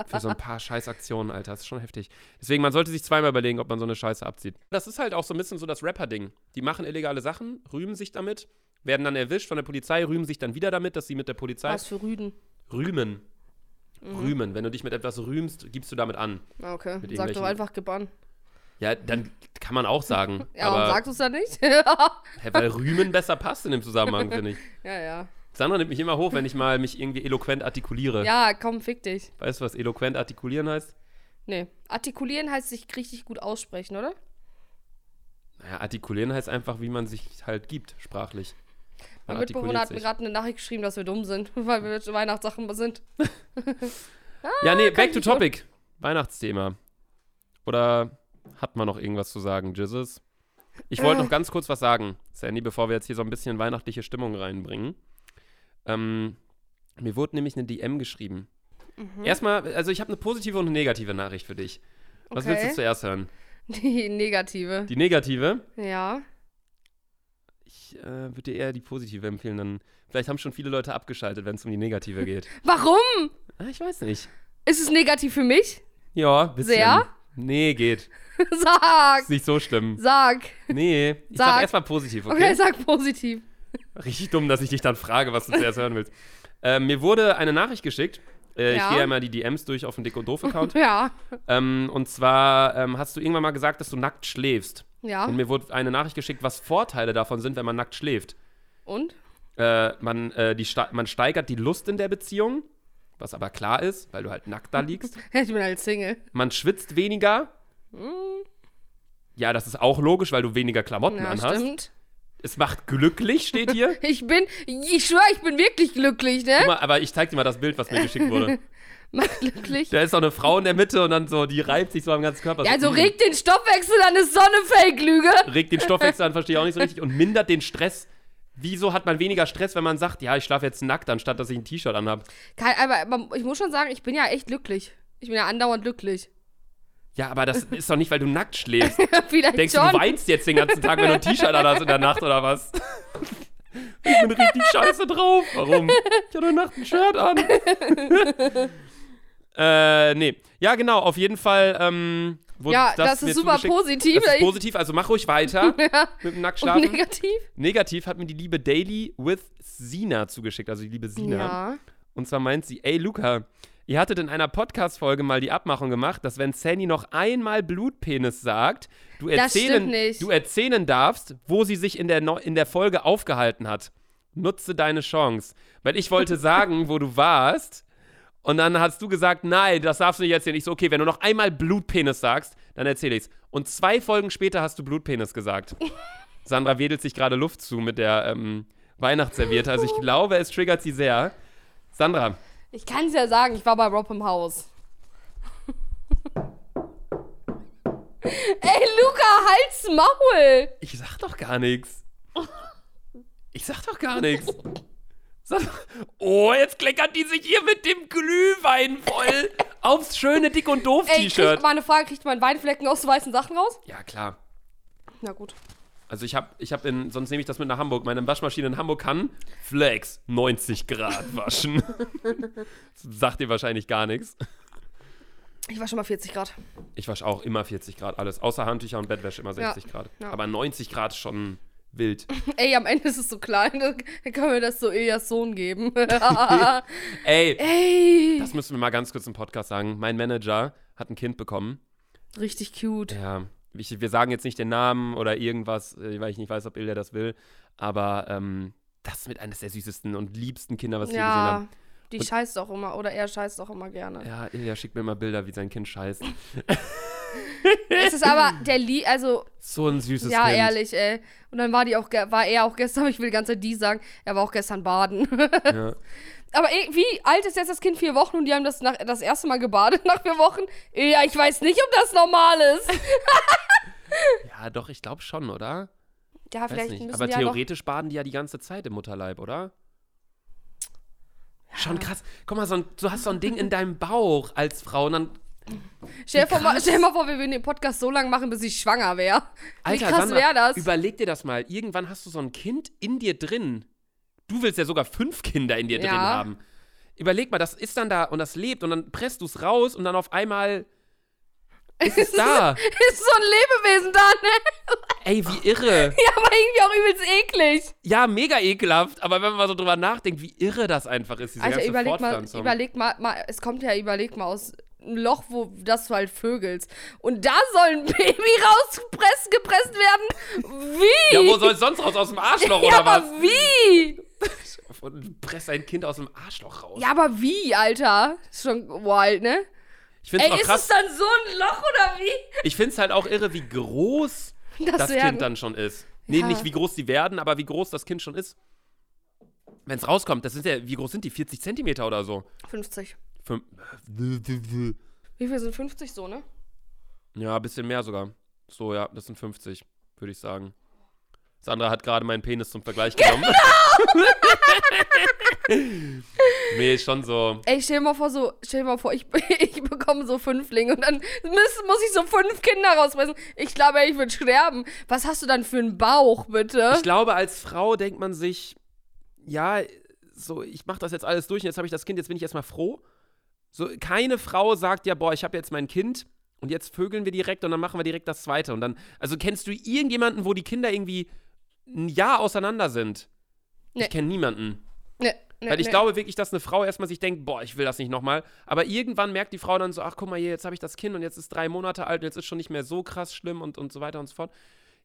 B: Für so ein paar Scheißaktionen, Alter. Das ist schon heftig. Deswegen, man sollte sich zweimal überlegen, ob man so eine Scheiße abzieht. Das ist halt auch so ein bisschen so das Rapper-Ding. Die machen illegale Sachen, rühmen sich damit, werden dann erwischt von der Polizei, rühmen sich dann wieder damit, dass sie mit der Polizei
A: Was Mhm. für Rüden.
B: rühmen. Rühmen. Wenn du dich mit etwas rühmst, gibst du damit an.
A: Ah, okay. Sag
B: Mit irgendwelchen-
A: doch einfach gebannt.
B: Ja, dann kann man auch sagen.
A: Ja,
B: aber
A: warum sagst du es dann nicht? ja,
B: hä, weil rühmen besser passt in dem Zusammenhang, finde ich.
A: ja.
B: Sandra nimmt mich immer hoch, wenn ich mal mich irgendwie eloquent artikuliere.
A: Ja, komm, fick dich.
B: Weißt du, was eloquent artikulieren heißt?
A: Nee. Artikulieren heißt sich richtig gut aussprechen, oder?
B: Naja, artikulieren heißt einfach, wie man sich halt gibt, sprachlich.
A: Mein
B: Man
A: Mitbewohner
B: artikuliert
A: hat mir
B: sich.
A: gerade eine Nachricht geschrieben, dass wir dumm sind, weil wir jetzt Weihnachtssachen sind.
B: Ja, nee, back
A: ich
B: to
A: nicht so.
B: topic. Weihnachtsthema. Oder hat man noch irgendwas zu sagen, Jesus? Ich wollte
A: Äh.
B: noch ganz kurz was sagen, Sandy, bevor wir jetzt hier so ein bisschen weihnachtliche Stimmung reinbringen. Ähm, mir wurde nämlich eine DM geschrieben.
A: Mhm.
B: Erstmal, also ich habe eine positive und eine negative Nachricht für dich. Was
A: Okay.
B: willst du zuerst hören?
A: Die negative.
B: Die negative?
A: ja.
B: Ich äh, würde dir eher die positive empfehlen, dann vielleicht haben schon viele Leute abgeschaltet, wenn es um die negative geht.
A: Warum?
B: Ah, ich weiß nicht.
A: Ist es negativ für mich?
B: Ja, bisschen.
A: Sehr?
B: Nee, geht.
A: sag!
B: Ist nicht so schlimm.
A: Sag!
B: Nee, ich
A: Sag.
B: sag erstmal positiv,
A: Okay,
B: okay?
A: sag positiv.
B: Richtig dumm, dass ich dich dann frage, was du zuerst hören willst. Ähm, mir wurde eine Nachricht geschickt. Äh,
A: Ja.
B: Ich gehe ja mal die DMs durch auf den Dick- und Doof-Account.
A: Ja.
B: ähm, und zwar ähm, hast du irgendwann mal gesagt, dass du nackt schläfst.
A: Ja.
B: Und mir wurde eine Nachricht geschickt, was Vorteile davon sind, wenn man nackt schläft.
A: Und?
B: Äh, man, äh, die ste man steigert die Lust in der Beziehung, was aber klar ist, weil du halt nackt da liegst.
A: Ich bin halt Single.
B: Man schwitzt weniger. Ja, das ist auch logisch, weil du weniger Klamotten
A: Ja,
B: anhast.
A: stimmt.
B: Es macht glücklich, steht hier.
A: Ich bin, ich schwöre, ich bin wirklich glücklich,
B: Guck
A: ne?
B: mal, aber ich zeig dir mal das Bild, was mir geschickt wurde.
A: Mach glücklich.
B: Da ist doch eine Frau in der Mitte und dann so, die reibt sich so am ganzen Körper.
A: Ja, also
B: mm,
A: regt den Stoffwechsel an, ist so eine Fake-Lüge.
B: regt den Stoffwechsel an, verstehe ich auch nicht so richtig und mindert den Stress. Wieso hat man weniger Stress, wenn man sagt, ja, ich schlafe jetzt nackt, anstatt dass ich ein T-Shirt anhabe?
A: Kein, aber man- ich muss schon sagen, ich bin ja echt glücklich. Ich bin ja andauernd glücklich.
B: Ja, aber das ist doch nicht, weil du nackt schläfst.
A: Vielleicht
B: Denkst du,
A: schon.
B: du weinst jetzt den ganzen Tag, wenn du ein T-Shirt anhast in der Nacht oder was? Ich bin richtig scheiße drauf. Warum? Ich hatte heute Nacht ein Shirt an. äh, nee. Ja, genau, auf jeden Fall. Ähm, wurde
A: ja, das,
B: mir
A: ist super
B: zugeschickt.
A: positiv.
B: Das ist
A: Ich-
B: positiv, also mach ruhig weiter mit dem
A: und
B: Nacktschlafen.
A: negativ.
B: Negativ hat mir die liebe Daily with Sina zugeschickt, also die liebe Sina.
A: Ja.
B: Und zwar meint sie, ey Luca, ihr hattet in einer Podcast-Folge mal die Abmachung gemacht, dass wenn Sandy noch einmal Blutpenis sagt, du
A: Das stimmt
B: erzählen,
A: nicht.
B: du erzählen darfst, wo sie sich in der, Neu in der Folge aufgehalten hat. Nutze deine Chance. Weil ich wollte sagen, wo du warst. Und dann hast du gesagt, nein, das darfst du nicht erzählen. Ich so, okay, wenn du noch einmal Blutpenis sagst, dann erzähle ich's. Und zwei Folgen später hast du Blutpenis gesagt. Sandra wedelt sich gerade Luft zu mit der ähm, Weihnachtsserviette. Also ich glaube, es triggert sie sehr. Sandra,
A: Ich kann es ja sagen, ich war bei Rob im Haus. Ey, Luca, halt's Maul!
B: Ich sag doch gar nichts. Ich sag doch gar nichts. Sag doch- Oh, jetzt kleckert die sich hier mit dem Glühwein voll aufs schöne Dick- und
A: Ey, kriegt
B: Doof-T-Shirt.
A: mal eine Frage, kriegt man Weinflecken aus weißen Sachen raus?
B: Ja, klar.
A: Na gut.
B: Also ich habe, ich hab in, sonst nehme ich das mit nach Hamburg. Meine Waschmaschine in Hamburg kann Flex 90 Grad waschen. Sagt dir wahrscheinlich gar nichts.
A: Ich war schon mal 40 Grad.
B: Ich wasche auch immer 40 Grad alles, außer Handtücher und Bettwäsche immer 60 Grad.
A: ja.
B: Aber 90 Grad ist schon wild.
A: Ey, am Ende ist es so klein, dann können wir das so Ilias Sohn geben.
B: Ey,
A: Ey!
B: das müssen wir mal ganz kurz im Podcast sagen. Mein Manager hat ein Kind bekommen.
A: Richtig cute.
B: Ja, ich, wir sagen jetzt nicht den Namen oder irgendwas, äh, weil ich nicht weiß, ob Ilja das will. Aber ähm, das ist mit eines der süßesten und liebsten Kinder, was ich je gesehen habe.
A: Ja, die scheißt auch immer, oder er scheißt auch immer gerne.
B: Ja, Ilja schickt mir immer Bilder, wie sein Kind scheißt.
A: Es ist aber der Lie, also,
B: So ein süßes
A: ja,
B: Kind.
A: ehrlich, ey. Und dann war die auch, ge- war er auch gestern, aber ich will die ganze Zeit die sagen, er war auch gestern baden.
B: Ja.
A: aber ey, wie alt ist jetzt das Kind? Vier Wochen und die haben das nach, das erste Mal gebadet nach vier Wochen? Ja, ich weiß nicht, ob das normal ist.
B: ja, doch, ich glaube schon, oder?
A: Ja,
B: Weiß
A: vielleicht
B: nicht.
A: müssen
B: Aber
A: die ja noch,
B: theoretisch baden die ja die ganze Zeit im Mutterleib, oder? Schon krass. Guck mal, so ein, du hast so ein Ding in deinem Bauch als Frau und dann.
A: stell, dir vor, mal- stell dir mal vor, wir würden den Podcast so lange machen, bis ich schwanger wäre. Wie
B: Alter,
A: krass
B: Sandra,
A: wäre das?
B: überleg dir das mal. Irgendwann hast du so ein Kind in dir drin. Du willst ja sogar fünf Kinder in dir drin
A: Ja.
B: haben. Überleg mal, das ist dann da und das lebt und dann presst du es raus und dann auf einmal ist es da.
A: ist so ein Lebewesen da, ne?
B: Ey, wie irre.
A: Ja, aber irgendwie auch übelst eklig.
B: Ja, mega ekelhaft, aber wenn man mal so drüber nachdenkt, wie irre das einfach ist, diese
A: Alter,
B: ganze
A: überleg mal,
B: Fortpflanzung.
A: überleg mal, mal, es kommt ja, überleg mal aus einem Loch, wo das du halt vögelst. Und da soll ein Baby rausgepresst, gepresst werden? Wie?
B: ja, wo soll es sonst raus? Aus dem Arschloch
A: Ja,
B: oder was?
A: aber wie?
B: Und du presst ein Kind aus dem Arschloch raus.
A: Ja, aber wie, Alter? Ist schon wild, ne?
B: Ich finde
A: Ey,
B: es auch
A: ist es
B: krass.
A: dann so ein Loch oder wie?
B: Ich finde es halt auch irre, wie groß
A: Das
B: das,
A: werden-
B: Kind dann schon ist. Nee,
A: Ja.
B: nicht wie groß die werden, aber wie groß das Kind schon ist. Wenn es rauskommt, das sind ja, wie groß sind die? 40 Zentimeter oder so?
A: 50.
B: Fünf-
A: Wie viel sind 50 so, ne?
B: Ja, ein bisschen mehr sogar. So, ja, das sind 50, würde ich sagen. Sandra hat gerade meinen Penis zum Vergleich genommen. nee, ist schon so.
A: Ey, stell dir mal vor, so, stell dir mal vor, ich, ich bekomme so Fünflinge und dann muss, muss ich so fünf Kinder rauspressen. Ich glaube, ey, ich würde sterben. Was hast du dann für einen Bauch, bitte?
B: Ich glaube, als Frau denkt man sich, ja, so, ich mache das jetzt alles durch und jetzt habe ich das Kind, jetzt bin ich erstmal froh. So, keine Frau sagt ja, boah, ich habe jetzt mein Kind und jetzt vögeln wir direkt und dann machen wir direkt das zweite. Und dann, also kennst du irgendjemanden, wo die Kinder irgendwie ein Jahr auseinander sind?
A: Nee.
B: Ich kenne niemanden.
A: Nee, nee,
B: Weil ich
A: nee.
B: glaube wirklich, dass eine Frau erstmal sich denkt, boah, ich will das nicht nochmal. Aber irgendwann merkt die Frau dann so, ach guck mal hier, jetzt habe ich das Kind und jetzt ist drei Monate alt und jetzt ist schon nicht mehr so krass schlimm und, und so weiter und so fort.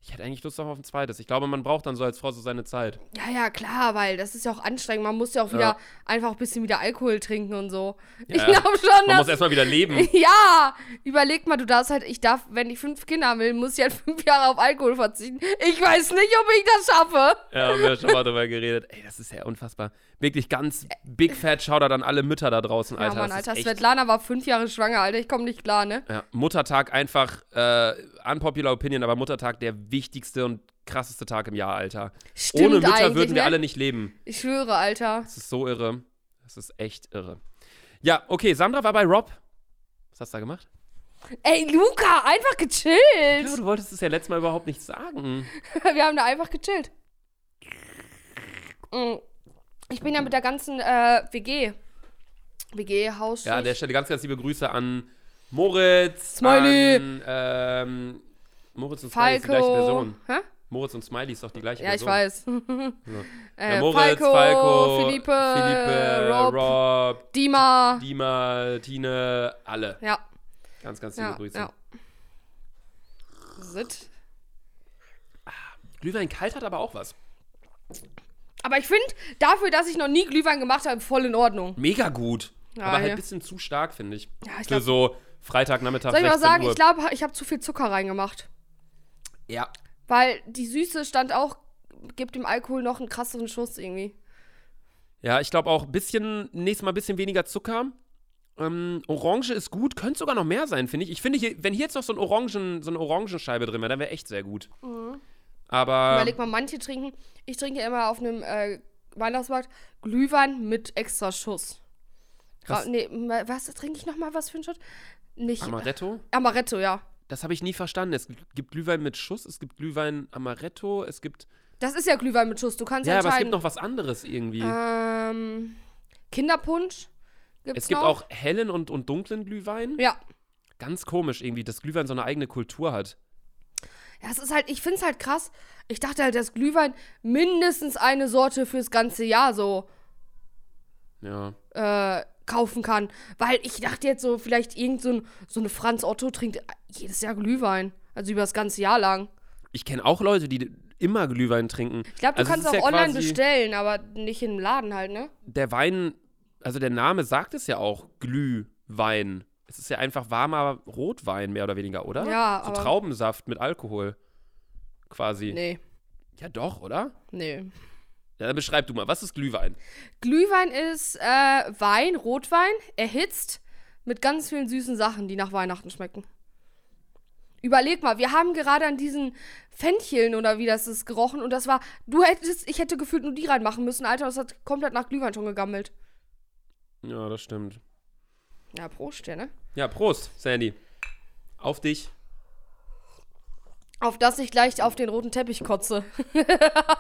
B: Ich hätte eigentlich Lust noch auf ein zweites. Ich glaube, man braucht dann so als Frau so seine Zeit.
A: Ja, ja, klar, weil das ist ja auch anstrengend. Man muss ja auch wieder
B: Ja.
A: einfach ein bisschen wieder Alkohol trinken und so. ich
B: ja.
A: glaube schon,
B: Man muss
A: dass.
B: erstmal wieder leben.
A: Ja, überleg mal, du darfst halt, ich darf, wenn ich fünf Kinder will, muss ich halt fünf Jahre auf Alkohol verzichten. Ich weiß nicht, ob ich das schaffe.
B: ja, haben wir ja schon mal drüber geredet. Ey, das ist ja unfassbar. Wirklich ganz big fat Shoutout an alle Mütter da draußen, Alter.
A: ja, Mann,
B: Das ist
A: Alter,
B: echt-
A: Svetlana war fünf Jahre schwanger, Alter. Ich komme nicht klar, ne?
B: Ja, Muttertag einfach, äh, unpopular opinion, aber Muttertag der wichtigste und krasseste Tag im Jahr, Alter.
A: Stimmt
B: Ohne Mütter
A: eigentlich,
B: würden wir
A: ne?
B: alle nicht leben.
A: Ich schwöre, Alter.
B: Das ist so irre. Das ist echt irre. Ja, okay, Sandra war bei Rob. Was hast du da gemacht?
A: Ey, Luca, einfach
B: Ja,
A: gechillt.
B: du wolltest es ja letztes Mal überhaupt nicht sagen.
A: Wir haben da einfach gechillt. Mm. Ich bin ja mit der ganzen äh, WG. WG-Haus.
B: Ja, an der Stelle ganz, ganz liebe Grüße an Moritz.
A: Smiley.
B: An, ähm, Moritz und Smiley ist die gleiche
A: Falco.
B: Person.
A: Hä?
B: Moritz und Smiley ist doch die gleiche
A: Ja, ich
B: Person.
A: weiß.
B: Ja,
A: äh,
B: Moritz, Falco,
A: Felipe,
B: Felipe,
A: Rob,
B: Rob,
A: Dima.
B: Dima, Tine, alle.
A: Ja,
B: Ganz, ganz liebe
A: ja,
B: Grüße.
A: ja. Sit.
B: Glühwein kalt hat aber auch was.
A: Aber ich finde, dafür, dass ich noch nie Glühwein gemacht habe, voll in Ordnung.
B: Mega gut.
A: Ja,
B: aber halt
A: ja.
B: ein bisschen zu stark, finde ich.
A: Ja, ich
B: Für
A: glaub-
B: so Freitagnachmittag
A: Soll ich
B: 16
A: mal sagen,
B: Uhr.
A: ich glaube, ich habe zu viel Zucker reingemacht.
B: ja,
A: Weil die Süße stand auch, gibt dem Alkohol noch einen krasseren Schuss irgendwie.
B: Ja, ich glaube auch bisschen, nächstes Mal ein bisschen weniger Zucker. Äh, Ähm, Orange ist gut, könnte sogar noch mehr sein, finde ich. Ich finde, hier, wenn hier jetzt noch so, ein Orangen, so eine Orangenscheibe drin wäre, dann wäre echt sehr gut. Aber
A: Mhm. Überleg mal, manche trinken. Ich trinke ja immer auf einem äh, Weihnachtsmarkt Glühwein mit extra Schuss.
B: Krass.
A: Ah, nee, ma- was trinke ich nochmal? Was für einen Schuss? Nicht.
B: Amaretto,
A: Amaretto, ja.
B: das habe ich nie verstanden. Es gibt Glühwein mit Schuss, es gibt Glühwein Amaretto, es gibt.
A: Das ist Äh, ja Glühwein mit Schuss. Du kannst
B: Ja, aber es gibt
A: entscheiden.
B: noch was anderes irgendwie.
A: ähm, Kinderpunsch. Gibt's
B: es gibt
A: noch.
B: auch hellen und, und dunklen Glühwein.
A: Ja.
B: Ganz komisch irgendwie, dass Glühwein so eine eigene Kultur hat.
A: Ja, es ist halt, ich finde es halt krass. Ich dachte halt, dass Glühwein mindestens eine Sorte fürs ganze Jahr so
B: Ja.
A: äh, kaufen kann. Weil ich dachte jetzt so, vielleicht irgend so, ein, so eine Franz Otto trinkt jedes Jahr Glühwein. Also über das ganze Jahr lang.
B: Ich kenne auch Leute, die immer Glühwein trinken.
A: Ich glaube, du
B: Also es
A: kannst auch
B: ist ja
A: online
B: quasi-
A: bestellen, aber nicht im Laden halt, ne?
B: der Wein, also der Name sagt es ja auch, Glühwein. Es ist ja einfach warmer Rotwein, mehr oder weniger, oder?
A: Ja,
B: So
A: aber-
B: Traubensaft mit Alkohol. Quasi.
A: Nee,
B: Ja, doch, oder?
A: nee.
B: Ja, dann beschreib du mal, was ist Glühwein?
A: Glühwein ist äh, Wein, Rotwein, erhitzt mit ganz vielen süßen Sachen, die nach Weihnachten schmecken. Überleg mal, wir haben gerade an diesen Fencheln oder wie das ist gerochen und das war, du hättest, ich hätte gefühlt nur die reinmachen müssen, Alter, das hat komplett nach Glühwein schon gegammelt.
B: Ja, das stimmt.
A: Ja, Prost, ja, ne?
B: Ja, Prost, Sandy. Auf dich.
A: Auf das ich gleich auf den roten Teppich kotze.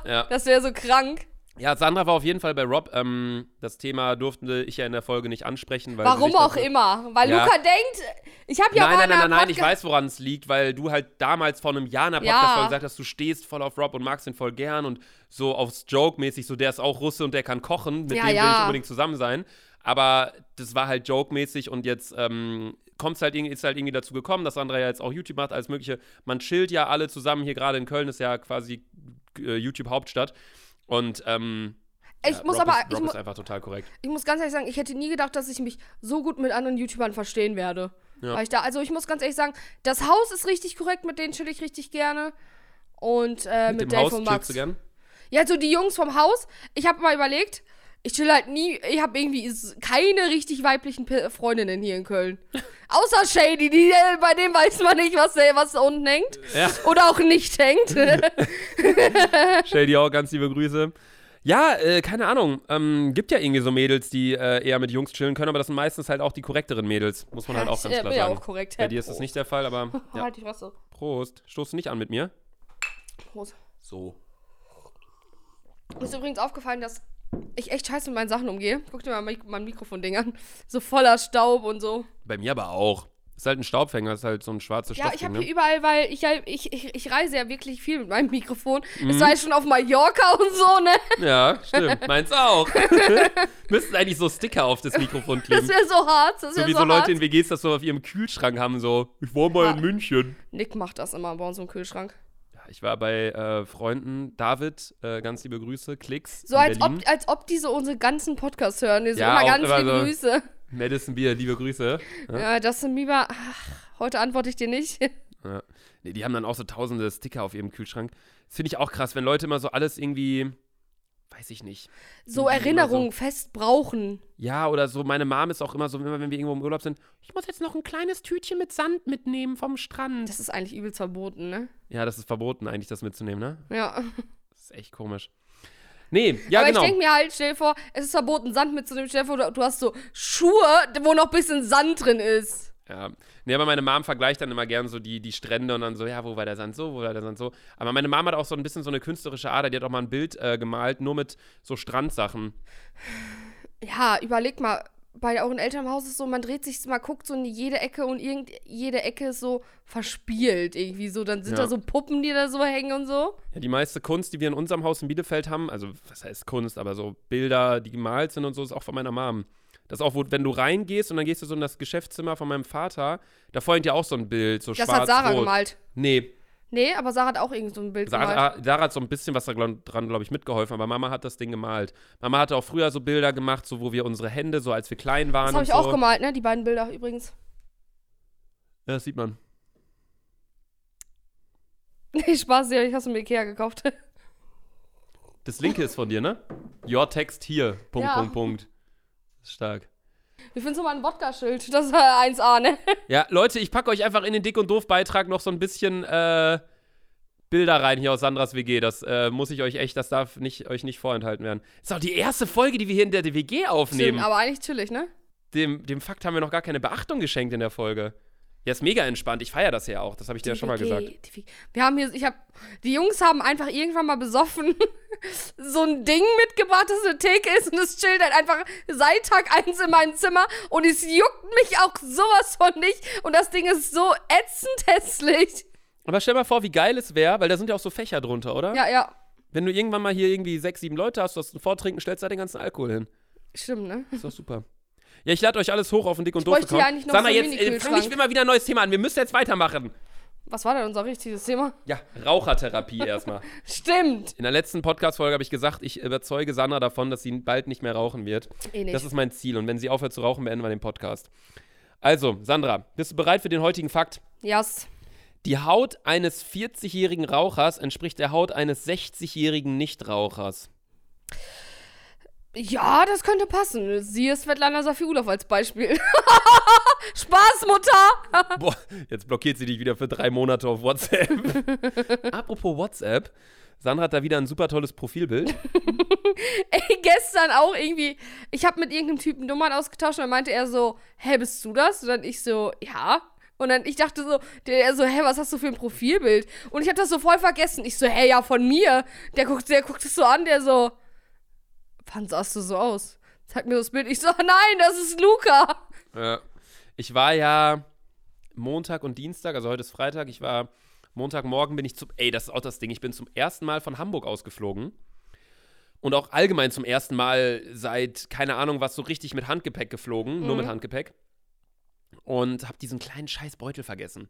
B: Ja.
A: Das wäre so krank.
B: ja, Sandra war auf jeden Fall bei Rob. Ähm, das Thema durfte ich ja in der Folge nicht ansprechen. Weil sie
A: Warum
B: sich
A: auch
B: dafür-
A: immer. Weil
B: Ja.
A: Luca denkt, ich habe ja
B: nein,
A: mal
B: nein,
A: in einer
B: nein, nein, nein, ich
A: Podcast-
B: weiß, woran es liegt, weil du halt damals vor einem Jahr in der
A: Ja.
B: Podcast-Folge gesagt hast, du stehst voll auf Rob und magst ihn voll gern und so aufs Joke-mäßig, so der ist auch Russe und der kann kochen, mit
A: Ja,
B: dem will
A: ja.
B: ich unbedingt zusammen sein. Aber das war halt Joke-mäßig und jetzt ähm, kommt's halt, irgendwie- ist halt irgendwie dazu gekommen, dass Sandra ja jetzt auch YouTube macht, alles Mögliche. Man chillt ja alle zusammen hier gerade in Köln, ist ja quasi äh, YouTube-Hauptstadt. Und ähm,
A: Ich
B: ja,
A: muss
B: Rob
A: aber,
B: ist,
A: ich,
B: Rob
A: mu
B: ist einfach total korrekt.
A: ich muss ganz ehrlich sagen, ich hätte nie gedacht, dass ich mich so gut mit anderen YouTubern verstehen werde.
B: Ja.
A: Weil ich da, also ich muss ganz ehrlich sagen, das Haus ist richtig korrekt, mit denen chill ich richtig gerne. Und äh, mit,
B: Mit, dem
A: Dave
B: Haus
A: und
B: chillst du
A: Max.
B: gern?
A: Ja, so die Jungs vom Haus, ich habe mal überlegt, ich chill halt nie, ich habe irgendwie s- keine richtig weiblichen Pe- Freundinnen hier in Köln. Außer Shady, die, äh, bei dem weiß man nicht, was der was da unten hängt.
B: Ja. Halt
A: Oder auch nicht hängt.
B: Stell dir auch ganz liebe Grüße. Ja, äh, keine Ahnung. Ähm, gibt ja irgendwie so Mädels, die äh, eher mit Jungs chillen können, aber das sind meistens halt auch die korrekteren Mädels, muss man halt auch ganz
A: Ja,
B: klar
A: ja,
B: sagen.
A: äh, auch korrekt.
B: Bei dir ist das nicht der Fall, aber ja.
A: Halt die Fresse.
B: Prost. Stoß nicht an mit mir.
A: Prost.
B: So.
A: Mir ist übrigens aufgefallen, dass ich echt scheiße mit meinen Sachen umgehe. Guck dir mal mein, mein Mikrofon-Ding an. So voller Staub und so.
B: Bei mir aber auch. Ist halt ein Staubfänger, ist halt so ein schwarzes
A: Ja, ich
B: Stoffding,
A: habe hier
B: ne?
A: überall, weil ich, ja- ich, ich, ich reise ja wirklich viel mit meinem Mikrofon.
B: Mhm.
A: Es war ja schon auf Mallorca und so, ne?
B: Ja, stimmt. Meins auch. Müssten eigentlich so Sticker auf das Mikrofon kleben.
A: Das wäre so hart. Das
B: so
A: wäre
B: wie
A: so,
B: so Leute
A: hart.
B: in WGs das so auf ihrem Kühlschrank haben, so, ich war mal in München.
A: Nick macht das immer bei uns im Kühlschrank.
B: Ja, ich war bei äh, Freunden, David, äh, ganz liebe Grüße, Klicks.
A: So
B: in
A: als
B: Berlin.
A: ob, als ob die so unsere ganzen Podcasts hören. Die so
B: Ja,
A: immer
B: auch
A: ganz
B: immer
A: liebe
B: so.
A: Grüße.
B: Madison Beer, liebe Grüße. Ja.
A: Ja, Justin Bieber, ach, heute antworte ich dir nicht.
B: Ja. Nee, die haben dann auch so tausende Sticker auf ihrem Kühlschrank. Das finde ich auch krass, wenn Leute immer so alles irgendwie, weiß ich nicht.
A: So
B: Ja, immer so.
A: Erinnerungen fest brauchen.
B: Ja, oder so, meine Mom ist auch immer so, immer wenn wir irgendwo im Urlaub sind, ich muss jetzt noch ein kleines Tütchen mit Sand mitnehmen vom Strand.
A: Das ist eigentlich übelst verboten, ne?
B: ja, das ist verboten eigentlich, das mitzunehmen, ne?
A: Ja.
B: Das ist echt komisch. Nee, ja
A: Aber
B: genau.
A: ich denke mir halt, stell dir vor, es ist verboten, Sand mitzunehmen. Stell dir vor, du, du hast so Schuhe, wo noch ein bisschen Sand drin ist.
B: Ja. Nee, aber meine Mom vergleicht dann immer gern so die, die Strände und dann so, ja, wo war der Sand so, wo war der Sand so. Aber meine Mom hat auch so ein bisschen so eine künstlerische Ader, die hat auch mal ein Bild äh, gemalt, nur mit so Strandsachen.
A: Ja, überleg mal, bei euren Eltern im Haus ist so, man dreht sich mal, guckt so in jede Ecke und irgend, jede Ecke ist so verspielt irgendwie so. Dann sind
B: Ja.
A: da so Puppen, die da so hängen und so.
B: Ja, die meiste Kunst, die wir in unserem Haus in Bielefeld haben, also was heißt Kunst, aber so Bilder, die gemalt sind und so, ist auch von meiner Mom. Das ist auch, wo, wenn du reingehst und dann gehst du so in das Geschäftszimmer von meinem Vater, da vorhin ja auch so ein Bild, so
A: Das
B: schwarz
A: hat Sarah
B: rot.
A: gemalt.
B: Nee,
A: Nee, aber Sarah hat auch irgend so ein Bild gemalt.
B: Sarah, Sarah hat so ein bisschen was daran, glaube ich, mitgeholfen, aber Mama hat das Ding gemalt. Mama hatte auch früher so Bilder gemacht, so wo wir unsere Hände, so als wir klein
A: Das
B: waren und
A: habe ich
B: so.
A: auch gemalt, ne? Die beiden Bilder übrigens.
B: Ja, das sieht man.
A: Nee, Spaß, ja, ich habe mir Ikea gekauft.
B: Das linke ist von dir, ne? Your text hier. Punkt,
A: Ja.
B: Punkt, Punkt. Das ist stark.
A: Wir finden mal ein Wodka-Schild. Das war 1A, ne?
B: Ja, Leute, ich packe euch einfach in den Dick- und Doof-Beitrag noch so ein bisschen äh, Bilder rein hier aus Sandras WG. Das äh, muss ich euch echt, das darf nicht, euch nicht vorenthalten werden. Das ist auch die erste Folge, die wir hier in der WG aufnehmen.
A: Stimmt, aber eigentlich chillig, ne?
B: dem, dem Fakt haben wir noch gar keine Beachtung geschenkt in der Folge. Ja, ist mega entspannt. Ich feiere das ja auch. Das habe ich dir ja schon mal
A: WG,
B: gesagt.
A: die WG. Wir haben hier, ich hab, die Jungs haben einfach irgendwann mal besoffen so ein Ding mitgebracht, das eine Theke ist und es chillt halt einfach seit Tag eins in meinem Zimmer und es juckt mich auch sowas von nicht und das Ding ist so ätzend hässlich.
B: Aber stell mal vor, wie geil es wäre, weil da sind ja auch so Fächer drunter, oder?
A: Ja, ja,
B: Wenn du irgendwann mal hier irgendwie sechs, sieben Leute hast, du hast ein Vortrinken, stellst du da den ganzen Alkohol hin.
A: stimmt, ne?
B: Ist doch super. Ja, ich lade euch alles hoch auf den Dick und
A: Ich bräuchte
B: Doof-Account.
A: ja eigentlich noch
B: Sandra,
A: so einen
B: jetzt äh, fang
A: Mini-Kühlschrank.
B: ich will mal wieder ein neues Thema an. Wir müssen jetzt weitermachen.
A: Was war denn unser richtiges Thema?
B: Ja, Rauchertherapie erstmal.
A: Stimmt.
B: In der letzten Podcast-Folge habe ich gesagt, ich überzeuge Sandra davon, dass sie bald nicht mehr rauchen wird.
A: Eh nicht.
B: Das ist mein Ziel. Und wenn sie aufhört zu rauchen, beenden wir den Podcast. Also, Sandra, bist du bereit für den heutigen Fakt?
A: Yes.
B: Die Haut eines 40-jährigen Rauchers entspricht der Haut eines 60-jährigen Nichtrauchers.
A: Ja, das könnte passen. Siehe Svetlana Safiulov als Beispiel. Spaß, Mutter!
B: Boah, jetzt blockiert sie dich wieder für drei Monate auf WhatsApp. Apropos WhatsApp, Sandra hat da wieder ein super tolles Profilbild.
A: Ey, gestern auch irgendwie. Ich habe mit irgendeinem Typen Nummern ausgetauscht und dann meinte er so, hä, bist du das? Und dann ich so, ja. Und dann ich dachte so, der er so, hä, was hast du für ein Profilbild? Und ich habe das so voll vergessen. Ich so, hä, ja, von mir. Der guckt, der guckt es so an, der so, wann sahst du so aus? Zeig mir das Bild. Ich so, nein, das ist Luca.
B: Ja. Ich war ja Montag und Dienstag, also heute ist Freitag, ich war Montagmorgen bin ich zum, ey, das ist auch das Ding, ich bin zum ersten Mal von Hamburg ausgeflogen. Und auch allgemein zum ersten Mal seit, keine Ahnung, was so richtig mit Handgepäck geflogen, nur
A: Mhm.
B: mit Handgepäck. Und hab diesen kleinen scheiß Beutel vergessen,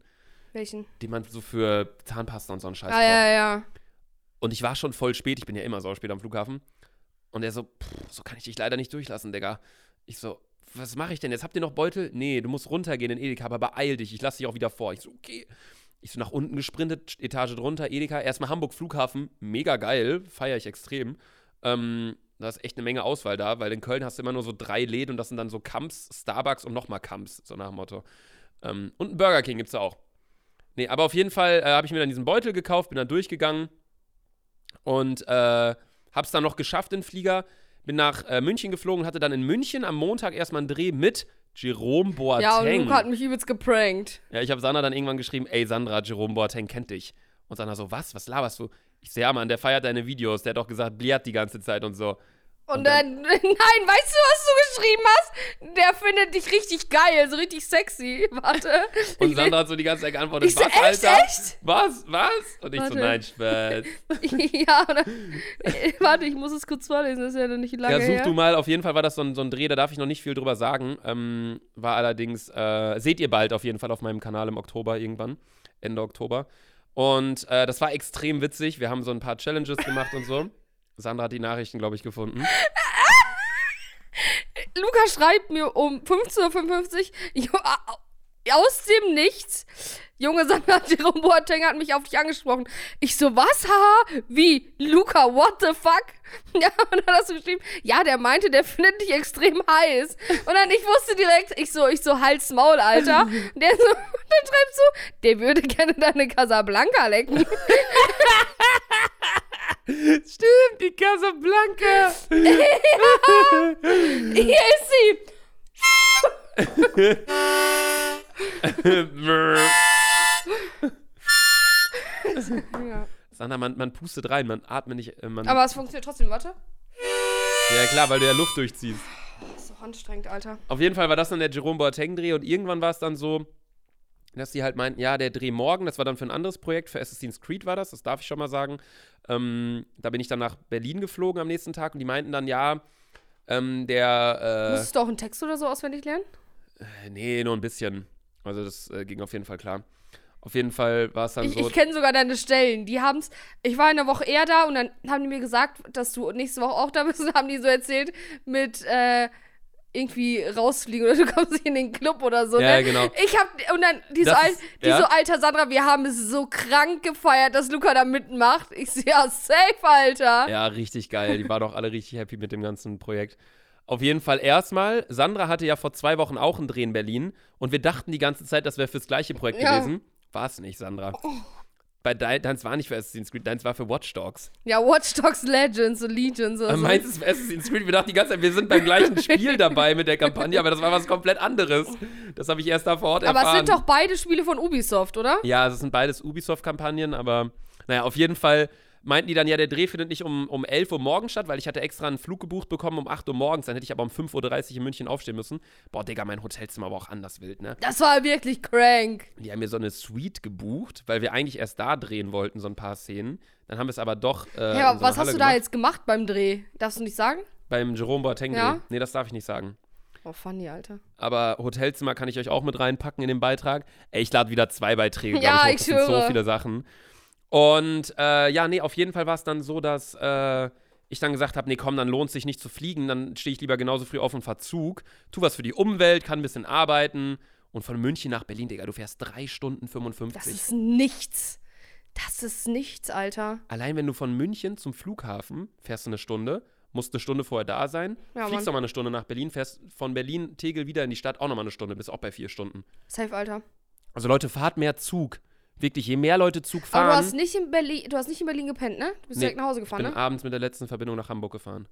A: Welchen?
B: den man so für Zahnpasta und so einen Scheiß
A: Ah,
B: braucht.
A: ja, ja.
B: Und ich war schon voll spät, ich bin ja immer so spät am Flughafen. Und er so, "Pff, so kann ich dich leider nicht durchlassen, Digga. Ich so, was mache ich denn jetzt? Habt ihr noch Beutel? Nee, du musst runtergehen in Edeka, aber beeil dich, ich lasse dich auch wieder vor. Ich so, okay. Ich so nach unten gesprintet, Etage drunter, Edeka, erstmal Hamburg Flughafen, mega geil, feiere ich extrem. Ähm, da ist echt eine Menge Auswahl da, weil in Köln hast du immer nur so drei Läden und das sind dann so Kamps, Starbucks und nochmal Kamps, so nach dem Motto. Ähm, und ein Burger King gibt's da auch. Nee, aber auf jeden Fall äh, habe ich mir dann diesen Beutel gekauft, bin dann durchgegangen und äh, hab's dann noch geschafft in Flieger. Bin nach äh, München geflogen, hatte dann in München am Montag erstmal einen Dreh mit Jerome Boateng.
A: Ja, und Luca hat mich übelst geprankt.
B: Ja, ich habe Sandra dann irgendwann geschrieben, ey Sandra, Jerome Boateng kennt dich. Und Sandra so, was, was laberst du? Ich sehe, so, ja, Mann, der feiert deine Videos, der hat doch gesagt, Bliat die ganze Zeit und so.
A: Und,
B: Und
A: dann, nein, weißt du, was du geschrieben hast? Der findet dich richtig geil, so richtig sexy. Warte.
B: Und Sandra hat so die ganze Zeit geantwortet,
A: Ich so,
B: was,
A: echt,
B: Alter?
A: echt?
B: Was, was? Und ich
A: Warte.
B: so, nein, Spaß.
A: ja, oder, Äh, warte, ich muss es kurz vorlesen, das ist ja noch nicht lange
B: Ja, such
A: her.
B: du mal. Auf jeden Fall war das so ein, so ein Dreh, da darf ich noch nicht viel drüber sagen. Ähm, war allerdings, äh, seht ihr bald auf jeden Fall auf meinem Kanal im Oktober irgendwann, Ende Oktober. Und äh, das war extrem witzig. Wir haben so ein paar Challenges gemacht und so. Sandra hat die Nachrichten, glaube ich, gefunden.
A: Luca schreibt mir um 15.55 Uhr jo- a- aus dem Nichts. Junge Sandra, Jerome Boateng hat mich auf dich angesprochen. Ich so, was, haha? Wie? Luca, what the fuck? Ja, und dann hast du geschrieben, ja, der meinte, der findet dich extrem heiß. Und dann, ich wusste direkt, ich so, ich so, Hals, Maul, Alter. Und der so, und dann schreibst du, der würde gerne deine Casablanca lecken.
B: Stimmt, die Casablanca.
A: Hier ist sie. Ja.
B: Sandra, man, man pustet rein, man atmet nicht. äh, Man,
A: Aber es funktioniert trotzdem, warte.
B: ja, klar, weil du ja Luft durchziehst.
A: Das ist doch anstrengend, Alter.
B: Auf jeden Fall war das dann der Jerome Boateng-Dreh und irgendwann war es dann so, dass die halt meinten, ja, der Dreh morgen, das war dann für ein anderes Projekt, für Assassin's Creed war das, das darf ich schon mal sagen. Ähm, da bin ich dann nach Berlin geflogen am nächsten Tag und die meinten dann, ja, ähm, der,
A: Musstest du auch einen Text oder so auswendig lernen?
B: äh, nee, nur ein bisschen. Also das äh, ging auf jeden Fall klar. Auf jeden Fall war es dann
A: Ich,
B: so,
A: ich kenne sogar deine Stellen. Die haben's. Ich war in der Woche eher da und dann haben die mir gesagt, dass du nächste Woche auch da bist und haben die so erzählt mit äh, irgendwie rausfliegen oder du kommst nicht in den Club oder so.
B: Ja,
A: ne?
B: genau.
A: Ich hab und dann die, so,
B: Das
A: alt,
B: ist-
A: die
B: ja.
A: so alter Sandra, wir haben es so krank gefeiert, dass Luca da mitmacht. Ich sehe ja safe, Alter.
B: ja, richtig geil, die waren auch alle richtig happy mit dem ganzen Projekt. Auf jeden Fall erstmal, Sandra hatte ja vor zwei Wochen auch einen Dreh in Berlin und wir dachten die ganze Zeit, das wäre fürs gleiche Projekt
A: Ja. Oh.
B: gewesen. War es nicht, Sandra. Bei Dein- deins war nicht für Assassin's Creed, deins war für Watch Dogs.
A: Ja, Watch Dogs Legends und Legions oder
B: Aber
A: so.
B: meins ist für Assassin's Creed. Wir dachten die ganze Zeit, wir sind beim gleichen Spiel dabei mit der Kampagne, aber das war was komplett anderes. Das habe ich erst da vor Ort
A: Aber
B: erfahren.
A: es sind doch beide Spiele von Ubisoft, oder?
B: Ja, also es sind beides Ubisoft-Kampagnen, aber naja, auf jeden Fall meinten die dann, ja, der Dreh findet nicht um, um 11 Uhr morgens statt, weil ich hatte extra einen Flug gebucht bekommen um 8 Uhr morgens, dann hätte ich aber um 5.30 Uhr in München aufstehen müssen. Boah, Digga, mein Hotelzimmer war auch anders wild, ne?
A: Das war wirklich crank.
B: Die haben mir so eine Suite gebucht, weil wir eigentlich erst da drehen wollten, so ein paar Szenen. Dann haben wir es aber doch. Äh,
A: ja,
B: in
A: aber
B: so
A: was hast
B: einer Halle
A: du da
B: gemacht.
A: jetzt gemacht beim Dreh? Darfst du nicht sagen?
B: Beim Jerome Boateng-Dreh.
A: Ja?
B: Nee, das darf ich nicht sagen.
A: Oh, funny, Alter.
B: aber Hotelzimmer kann ich euch auch mit reinpacken in den Beitrag. Ey, ich lade wieder zwei Beiträge, glaub
A: Ja,
B: hoch.
A: ich
B: Das sind so
A: schwöre.
B: viele Sachen. Und äh, ja, nee, auf jeden Fall war es dann so, dass äh, ich dann gesagt habe, nee, komm, dann lohnt sich nicht zu fliegen, dann stehe ich lieber genauso früh auf und fahr Zug, tu was für die Umwelt, kann ein bisschen arbeiten. Und von München nach Berlin, Digga, du fährst drei Stunden
A: Das
B: 55.
A: ist nichts. Das ist nichts, Alter.
B: Allein wenn du von München zum Flughafen fährst du eine Stunde, musst eine Stunde vorher da sein,
A: Ja,
B: fliegst
A: Mann.
B: nochmal eine Stunde nach Berlin, fährst von Berlin, Tegel wieder in die Stadt, auch nochmal eine Stunde, bist auch bei vier Stunden.
A: Safe, Alter.
B: Also Leute, fahrt mehr Zug. Wirklich, je mehr Leute Zug
A: Aber du
B: fahren.
A: hast, nicht in Berlin, du hast nicht in Berlin gepennt, ne? Du bist
B: Nee,
A: direkt nach Hause
B: ich
A: gefahren,
B: bin
A: ne?
B: abends mit der letzten Verbindung nach Hamburg gefahren.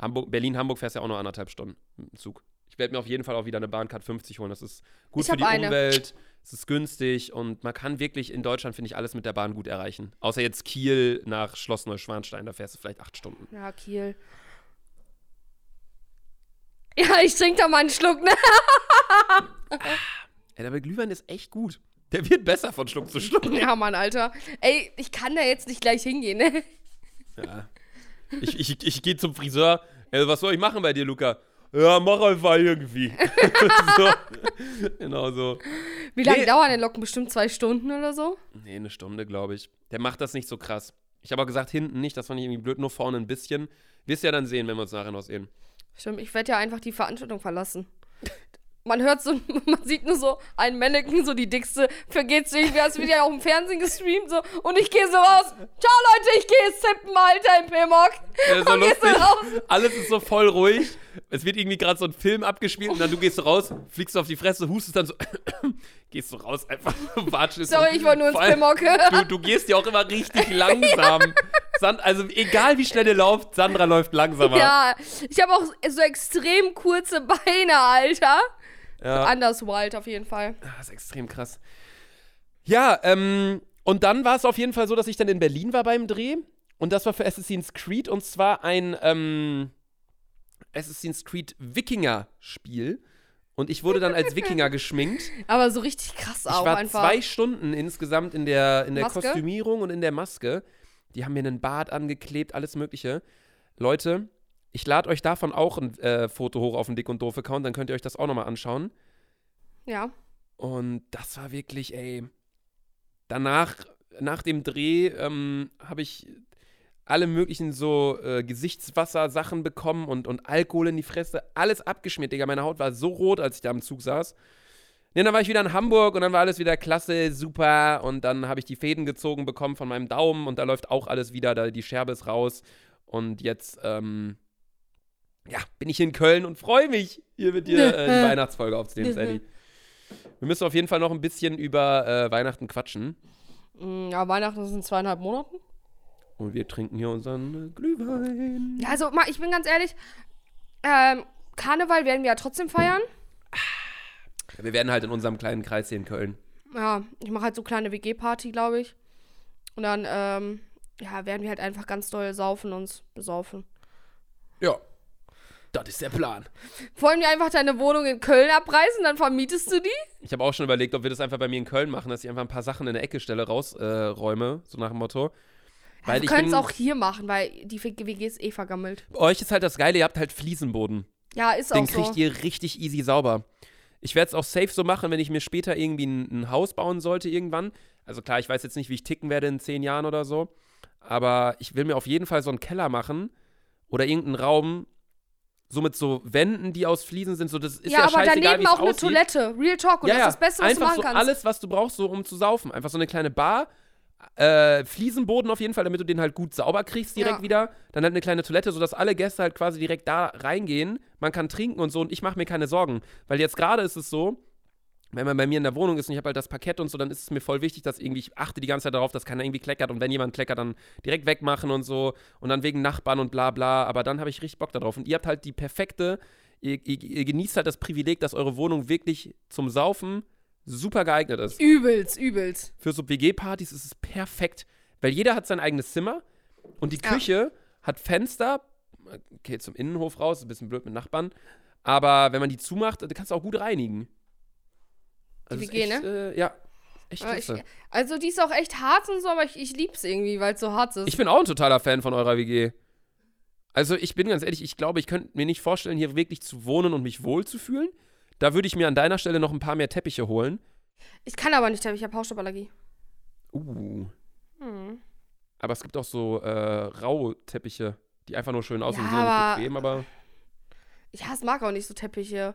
B: Hamburg, Berlin, Hamburg fährst ja auch nur anderthalb Stunden mit dem Zug. Ich werde mir auf jeden Fall auch wieder eine Bahncard 50 holen. Das ist gut
A: Ich
B: für
A: hab
B: die
A: eine.
B: Umwelt. Es ist günstig und man kann wirklich in Deutschland, finde ich, alles mit der Bahn gut erreichen. Außer jetzt Kiel nach Schloss Neuschwanstein, da fährst du vielleicht acht Stunden.
A: ne? Ja, Kiel. Ja, ich trinke da mal einen Schluck, ne?
B: Ey, aber Glühwein ist echt gut. Der wird besser von Schluck zu Schluck.
A: Ja, Mann, Alter. Ey, ich kann da jetzt nicht gleich hingehen, ne?
B: Ja. Ich, ich, ich gehe zum Friseur. Äh, was soll ich machen bei dir, Luca? Ja, mach einfach irgendwie. so. Genau so.
A: Wie lange
B: Nee.
A: dauern denn Locken? Bestimmt zwei Stunden oder so?
B: Nee, eine Stunde, glaube ich. Der macht das nicht so krass. Ich habe auch gesagt, hinten nicht, das fand ich irgendwie blöd, nur vorne ein bisschen. Wirst ja dann sehen, wenn wir uns nachher noch sehen.
A: Stimmt, ich werde ja einfach die Verantwortung verlassen. Man hört so, man sieht nur so einen Mannequin, so die dickste, vergeht's irgendwie, als wird ja auch im Fernsehen gestreamt, so. Und ich gehe so raus. Ciao, Leute, ich gehe jetzt tippen, Alter, im Pimmock.
B: Ja, ist so
A: und gehst du
B: lustig.
A: raus.
B: Alles ist so voll ruhig. Es wird irgendwie gerade so ein Film abgespielt und dann du gehst raus, fliegst auf die Fresse, hustest dann so, gehst du raus, einfach watschelst.
A: Sorry, ich wollte nur ins
B: Vor allem-
A: Pimmock.
B: Du, du gehst ja auch immer richtig langsam. San also egal wie schnell ihr lauft, Sandra läuft langsamer.
A: Ja, ich habe auch so extrem kurze Beine, Alter.
B: Ja.
A: Anders wild auf jeden Fall.
B: Ah, Das ist extrem krass. Ja, ähm, und dann war es auf jeden Fall so, dass ich dann in Berlin war beim Dreh. Und das war für Assassin's Creed und zwar ein ähm, Assassin's Creed Wikinger-Spiel. Und ich wurde dann als Wikinger geschminkt.
A: Aber so richtig krass
B: Ich
A: auch
B: war
A: einfach.
B: zwei Stunden insgesamt in der, in der
A: Maske?
B: Kostümierung und in der Maske. Die haben mir einen Bart angeklebt, alles Mögliche. Leute, ich lade euch davon auch ein äh, Foto hoch auf den Dick und Doof-Account, dann könnt ihr euch das auch nochmal anschauen.
A: ja.
B: Und das war wirklich, ey. Danach, nach dem Dreh, ähm, habe ich alle möglichen so äh, Gesichtswasser-Sachen bekommen und, und Alkohol in die Fresse. Alles abgeschmiert, Digga. Meine Haut war so rot, als ich da am Zug saß. Nee, dann war ich wieder in Hamburg und dann war alles wieder klasse, super. Und dann habe ich die Fäden gezogen bekommen von meinem Daumen und da läuft auch alles wieder, da die Scherbe ist raus. Und jetzt, ähm, ja, bin ich in Köln und freue mich, hier mit dir äh, die Weihnachtsfolge aufzunehmen, Sally. Wir müssen auf jeden Fall noch ein bisschen über äh, Weihnachten quatschen.
A: Mm, Ja, Weihnachten sind zweieinhalb Monaten.
B: Und wir trinken hier unseren äh, Glühwein.
A: Ja, also mal, ich bin ganz ehrlich, ähm, Karneval werden wir ja trotzdem feiern.
B: Wir werden halt in unserem kleinen Kreis hier in Köln.
A: Ja, ich mache halt so kleine WG-Party, glaube ich. Und dann, ähm, ja, werden wir halt einfach ganz doll saufen uns besaufen.
B: Ja. Das ist der Plan.
A: Wollen wir einfach deine Wohnung in Köln abreißen, dann vermietest du die?
B: Ich habe auch schon überlegt, ob wir das einfach bei mir in Köln machen, dass ich einfach ein paar Sachen in der Ecke stelle, rausräume, äh, räume, so nach dem Motto.
A: Ja,
B: Weil
A: wir
B: ich
A: können es
B: bin-
A: Also auch hier machen, weil die WG ist eh vergammelt.
B: Bei euch ist halt das Geile, ihr habt halt Fliesenboden.
A: Ja, ist
B: Den
A: auch so.
B: kriegt ihr richtig easy sauber. Ich werde es auch safe so machen, wenn ich mir später irgendwie ein, ein Haus bauen sollte irgendwann. Also klar, ich weiß jetzt nicht, wie ich ticken werde in zehn Jahren oder so. Aber ich will mir auf jeden Fall so einen Keller machen oder irgendeinen Raum, so mit so Wänden, die aus Fliesen sind. So, das ist ja,
A: ja, aber
B: scheißegal,
A: daneben
B: wie's
A: auch eine
B: aussieht.
A: Toilette. Real Talk. Und
B: ja,
A: das ist das Beste, was
B: einfach
A: du machen
B: so
A: kannst.
B: alles, was du brauchst, so um zu saufen. Einfach so eine kleine Bar, äh, Fliesenboden auf jeden Fall, damit du den halt gut sauber kriegst direkt
A: Ja.
B: wieder. Dann halt eine kleine Toilette, sodass alle Gäste halt quasi direkt da reingehen. Man kann trinken und so und ich mache mir keine Sorgen. Weil jetzt gerade ist es so, wenn man bei mir in der Wohnung ist und ich habe halt das Parkett und so, dann ist es mir voll wichtig, dass irgendwie, ich achte die ganze Zeit darauf, dass keiner irgendwie kleckert und wenn jemand kleckert, dann direkt wegmachen und so und dann wegen Nachbarn und bla bla, aber dann habe ich richtig Bock darauf und ihr habt halt die perfekte, ihr, ihr, ihr genießt halt das Privileg, dass eure Wohnung wirklich zum Saufen super geeignet ist.
A: Übelst, übelst.
B: Für so WG-Partys ist es perfekt, weil jeder hat sein eigenes Zimmer und die
A: Ja.
B: Küche hat Fenster, okay, zum Innenhof raus, ist ein bisschen blöd mit Nachbarn, aber wenn man die zumacht, dann kannst du auch gut reinigen.
A: Die
B: ist
A: WG,
B: echt, Äh, ja, echt
A: Aber ich,
B: klasse.
A: also die ist auch echt hart und so, aber ich, ich lieb's irgendwie, weil es so hart ist.
B: Ich bin auch ein totaler Fan von eurer WG. Also ich bin ganz ehrlich, ich glaube, ich könnte mir nicht vorstellen, hier wirklich zu wohnen und mich wohl zu fühlen. Da würde ich mir an deiner Stelle noch ein paar mehr Teppiche holen.
A: ich kann aber nicht, ich habe Hausstauballergie.
B: Uh.
A: Hm.
B: Aber es gibt auch so äh, Rauteppiche, die einfach nur schön aussehen,
A: Ja,
B: die sind nicht
A: aber-
B: bequem, aber
A: Ich hasse, mag auch nicht so Teppiche.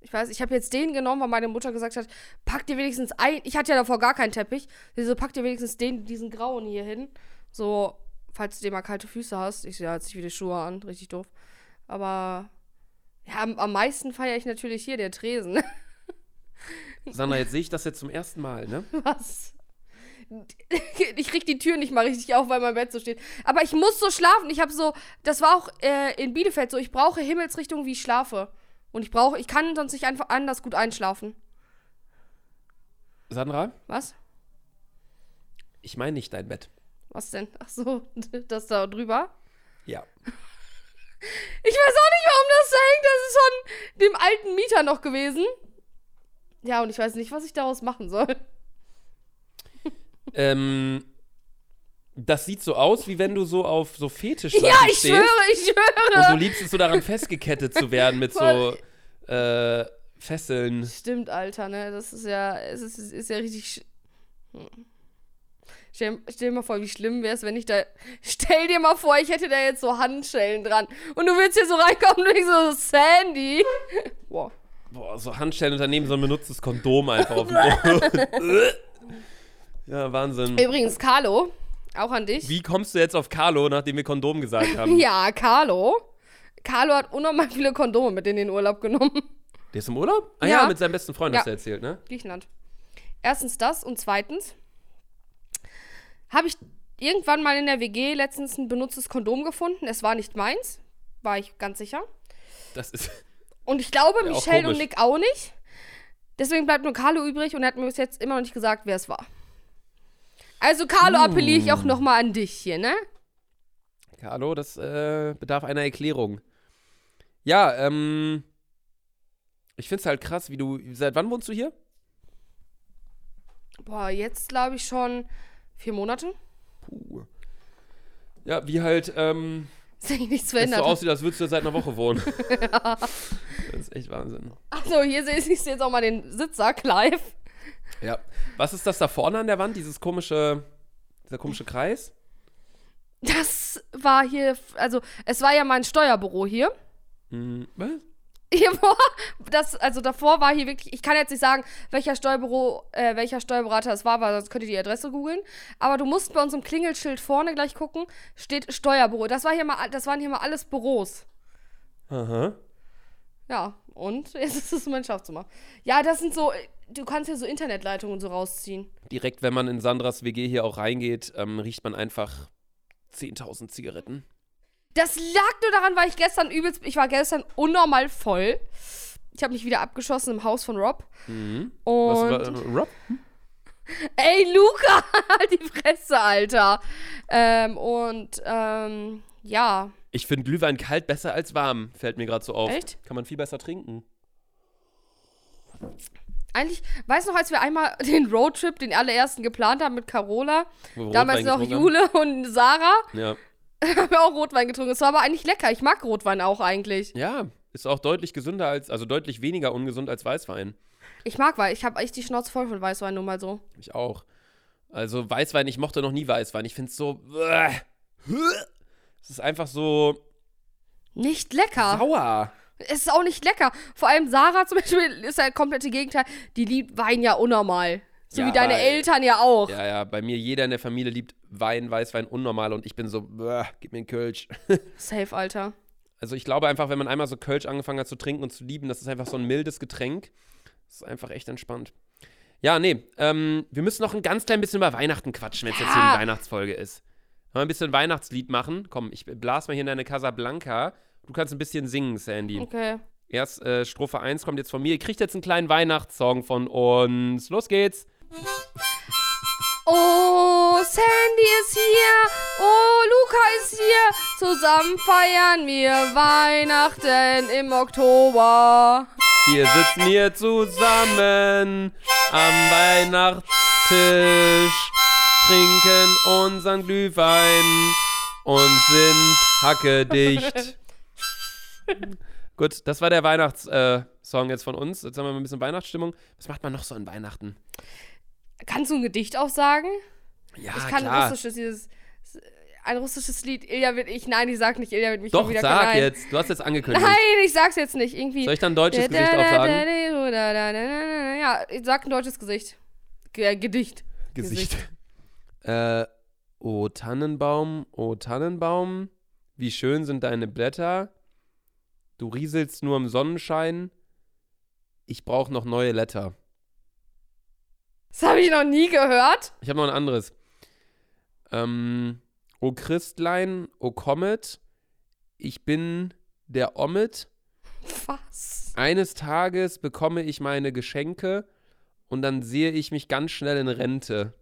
A: Ich weiß, ich habe jetzt den genommen, weil meine Mutter gesagt hat, pack dir wenigstens ein. Ich hatte ja davor gar keinen Teppich. Sie so, pack dir wenigstens den, diesen grauen hier hin. So, falls du dir mal kalte Füße hast. Ich so, ja, zieh wieder Schuhe an. Richtig doof. Aber ja, am, am meisten feiere ich natürlich hier der Tresen.
B: Sandra, jetzt sehe ich das jetzt zum ersten Mal, ne?
A: Was? Ich krieg die Tür nicht mal richtig auf, weil mein Bett so steht. Aber ich muss so schlafen. Ich habe so, das war auch äh, in Bielefeld so. Ich brauche Himmelsrichtung, wie ich schlafe. Und ich brauche, ich kann sonst nicht einfach anders gut einschlafen.
B: Sandra,
A: Was?
B: ich meine nicht dein Bett.
A: Was denn? Ach so, das da drüber.
B: Ja.
A: Ich weiß auch nicht, warum das da hängt. Das ist von dem alten Mieter noch gewesen. Ja, und ich weiß nicht, was ich daraus machen soll.
B: ähm, das sieht so aus, wie wenn du so auf so fetisch
A: Ja, ich
B: stehst.
A: schwöre, ich schwöre.
B: Und du liebst es so daran festgekettet zu werden mit so
A: Voll.
B: äh, Fesseln.
A: Stimmt, Alter, ne? Das ist ja, es ist, es ist ja richtig. sch- Hm. Stell, stell dir mal vor, wie schlimm wäre es, wenn ich da. Stell dir mal vor, ich hätte da jetzt so Handschellen dran. Und du willst hier so reinkommen und ich so, Sandy. Boah.
B: Boah, so Handschellen unternehmen, so ein benutztes Kondom einfach auf dem Boden. ja, Wahnsinn.
A: Übrigens, Carlo, auch an dich.
B: Wie kommst du jetzt auf Carlo, nachdem wir Kondom gesagt haben?
A: Ja, Carlo. Carlo hat unnormal viele Kondome mit in den Urlaub genommen.
B: Der ist im Urlaub? Ah ja,
A: Ja.
B: mit seinem besten Freund hast du
A: Ja.
B: erzählt, ne?
A: Griechenland. Erstens das und zweitens habe ich irgendwann mal in der WG letztens ein benutztes Kondom gefunden. Es war nicht meins, war ich ganz sicher.
B: Das ist.
A: Und ich glaube,
B: Ja, auch
A: Michelle und
B: komisch.
A: Nick auch nicht. Deswegen bleibt nur Carlo übrig und er hat mir bis jetzt immer noch nicht gesagt, wer es war. Also Carlo
B: Hm.
A: appelliere ich auch nochmal an dich hier, ne?
B: Carlo, das äh, bedarf einer Erklärung. Ja, ähm. Ich find's halt krass, wie du. Seit wann wohnst du hier?
A: Boah, jetzt glaube ich schon vier Monate.
B: Puh. Ja, wie halt, ähm.
A: Ist eigentlich nichts
B: Es so
A: verändert.
B: aussieht, als würdest du seit einer Woche wohnen. Das ist echt Wahnsinn.
A: also hier sehe ich siehst du jetzt auch mal den Sitzsack live.
B: Ja. Was ist das da vorne an der Wand? Dieses komische, dieser komische Kreis?
A: Das war hier, also es war ja mein Steuerbüro hier.
B: Hm, was?
A: Hier vor, das, also davor war hier wirklich, ich kann jetzt nicht sagen, welcher Steuerbüro, äh, welcher Steuerberater es war, weil sonst könnt ihr die Adresse googeln. Aber du musst bei uns im Klingelschild vorne gleich gucken, steht Steuerbüro. Das war hier mal, das waren hier mal alles Büros.
B: Aha.
A: Ja, und jetzt ist es mein Schlafzimmer. Ja, das sind so, du kannst hier so Internetleitungen und so rausziehen.
B: Direkt, wenn man in Sandras WG hier auch reingeht, ähm, riecht man einfach 10.000 Zigaretten.
A: Das lag nur daran, weil ich gestern übelst, ich war gestern unnormal voll. Ich habe mich wieder abgeschossen im Haus von Rob.
B: Mhm.
A: Und
B: Was, wa- äh, Rob?
A: Ey, Luca, halt die Fresse, Alter. Ähm, und, ähm, ja.
B: Ich finde Glühwein kalt besser als warm, fällt mir gerade so auf.
A: Echt?
B: Kann man viel besser trinken.
A: Eigentlich, weißt du noch, als wir einmal den Roadtrip, den allerersten geplant haben mit Carola,
B: Wo wir
A: damals
B: Rotwein
A: noch
B: getrunken
A: Jule und Sarah,
B: haben. Ja.
A: haben wir auch Rotwein getrunken. Es war aber eigentlich lecker. Ich mag Rotwein auch eigentlich.
B: ja, ist auch deutlich gesünder als, also deutlich weniger ungesund als Weißwein.
A: Ich mag Wein. Ich habe echt die Schnauze voll von Weißwein, nur mal so.
B: Ich auch. Also Weißwein, ich mochte noch nie Weißwein. Ich finde es so. Es ist einfach so
A: Nicht lecker.
B: sauer.
A: Es ist auch nicht lecker. Vor allem Sarah zum Beispiel ist ja halt komplette Gegenteil. Die liebt Wein ja unnormal. So
B: Ja,
A: wie deine
B: weil-
A: Eltern ja auch.
B: Ja, ja, bei mir jeder in der Familie liebt Wein, Weißwein, unnormal und ich bin so, "Bäh, gib mir einen Kölsch.
A: Safe, Alter.
B: Also ich glaube einfach, wenn man einmal so Kölsch angefangen hat zu trinken und zu lieben, das ist einfach so ein mildes Getränk. Das ist einfach echt entspannt. Ja, nee, ähm, wir müssen noch ein ganz klein bisschen über Weihnachten quatschen, wenn es jetzt hier
A: Ja.
B: die Weihnachtsfolge ist. Wollen wir ein bisschen Weihnachtslied machen? Komm, ich blas mal hier in deine Casablanca. Du kannst ein bisschen singen, Sandy.
A: Okay.
B: Erst äh, Strophe 1 kommt jetzt von mir. Ihr kriegt jetzt einen kleinen Weihnachtssong von uns. Los geht's.
A: Oh, Sandy ist hier. Oh, Luca ist hier. Zusammen feiern wir Weihnachten im Oktober.
B: Hier sitzen wir zusammen am Weihnachtstisch, trinken unseren Glühwein und sind hackedicht. Gut, das war der Weihnachtssong äh, Song jetzt von uns. Jetzt haben wir mal ein bisschen Weihnachtsstimmung. Was macht man noch so an Weihnachten?
A: Kannst du ein Gedicht aufsagen?
B: Ja,
A: Ich kann
B: Ah, klar.
A: russisches, dieses, ein russisches Lied. Ilja wird ich. Nein, ich sag nicht. Ilja wird mich
B: Doch,
A: wieder
B: sag
A: knallen.
B: jetzt. Du hast jetzt angekündigt.
A: Nein, ich sag's jetzt nicht. Irgendwie.
B: Soll ich dann ein deutsches Gesicht
A: Da, da, da,
B: aufsagen?
A: da, da, da, da, da, da. Ja, ich sag ein deutsches Gesicht. G äh, Gedicht. Gesicht.
B: Äh, o Tannenbaum, o Tannenbaum, wie schön sind deine Blätter. Du rieselst nur im Sonnenschein. Ich brauche noch neue Letter.
A: Das habe ich noch nie gehört.
B: Ich habe noch ein anderes. Ähm, o Christlein, o Comet, ich bin der Ommet.
A: Was?
B: Eines Tages bekomme ich meine Geschenke und dann sehe ich mich ganz schnell in Rente.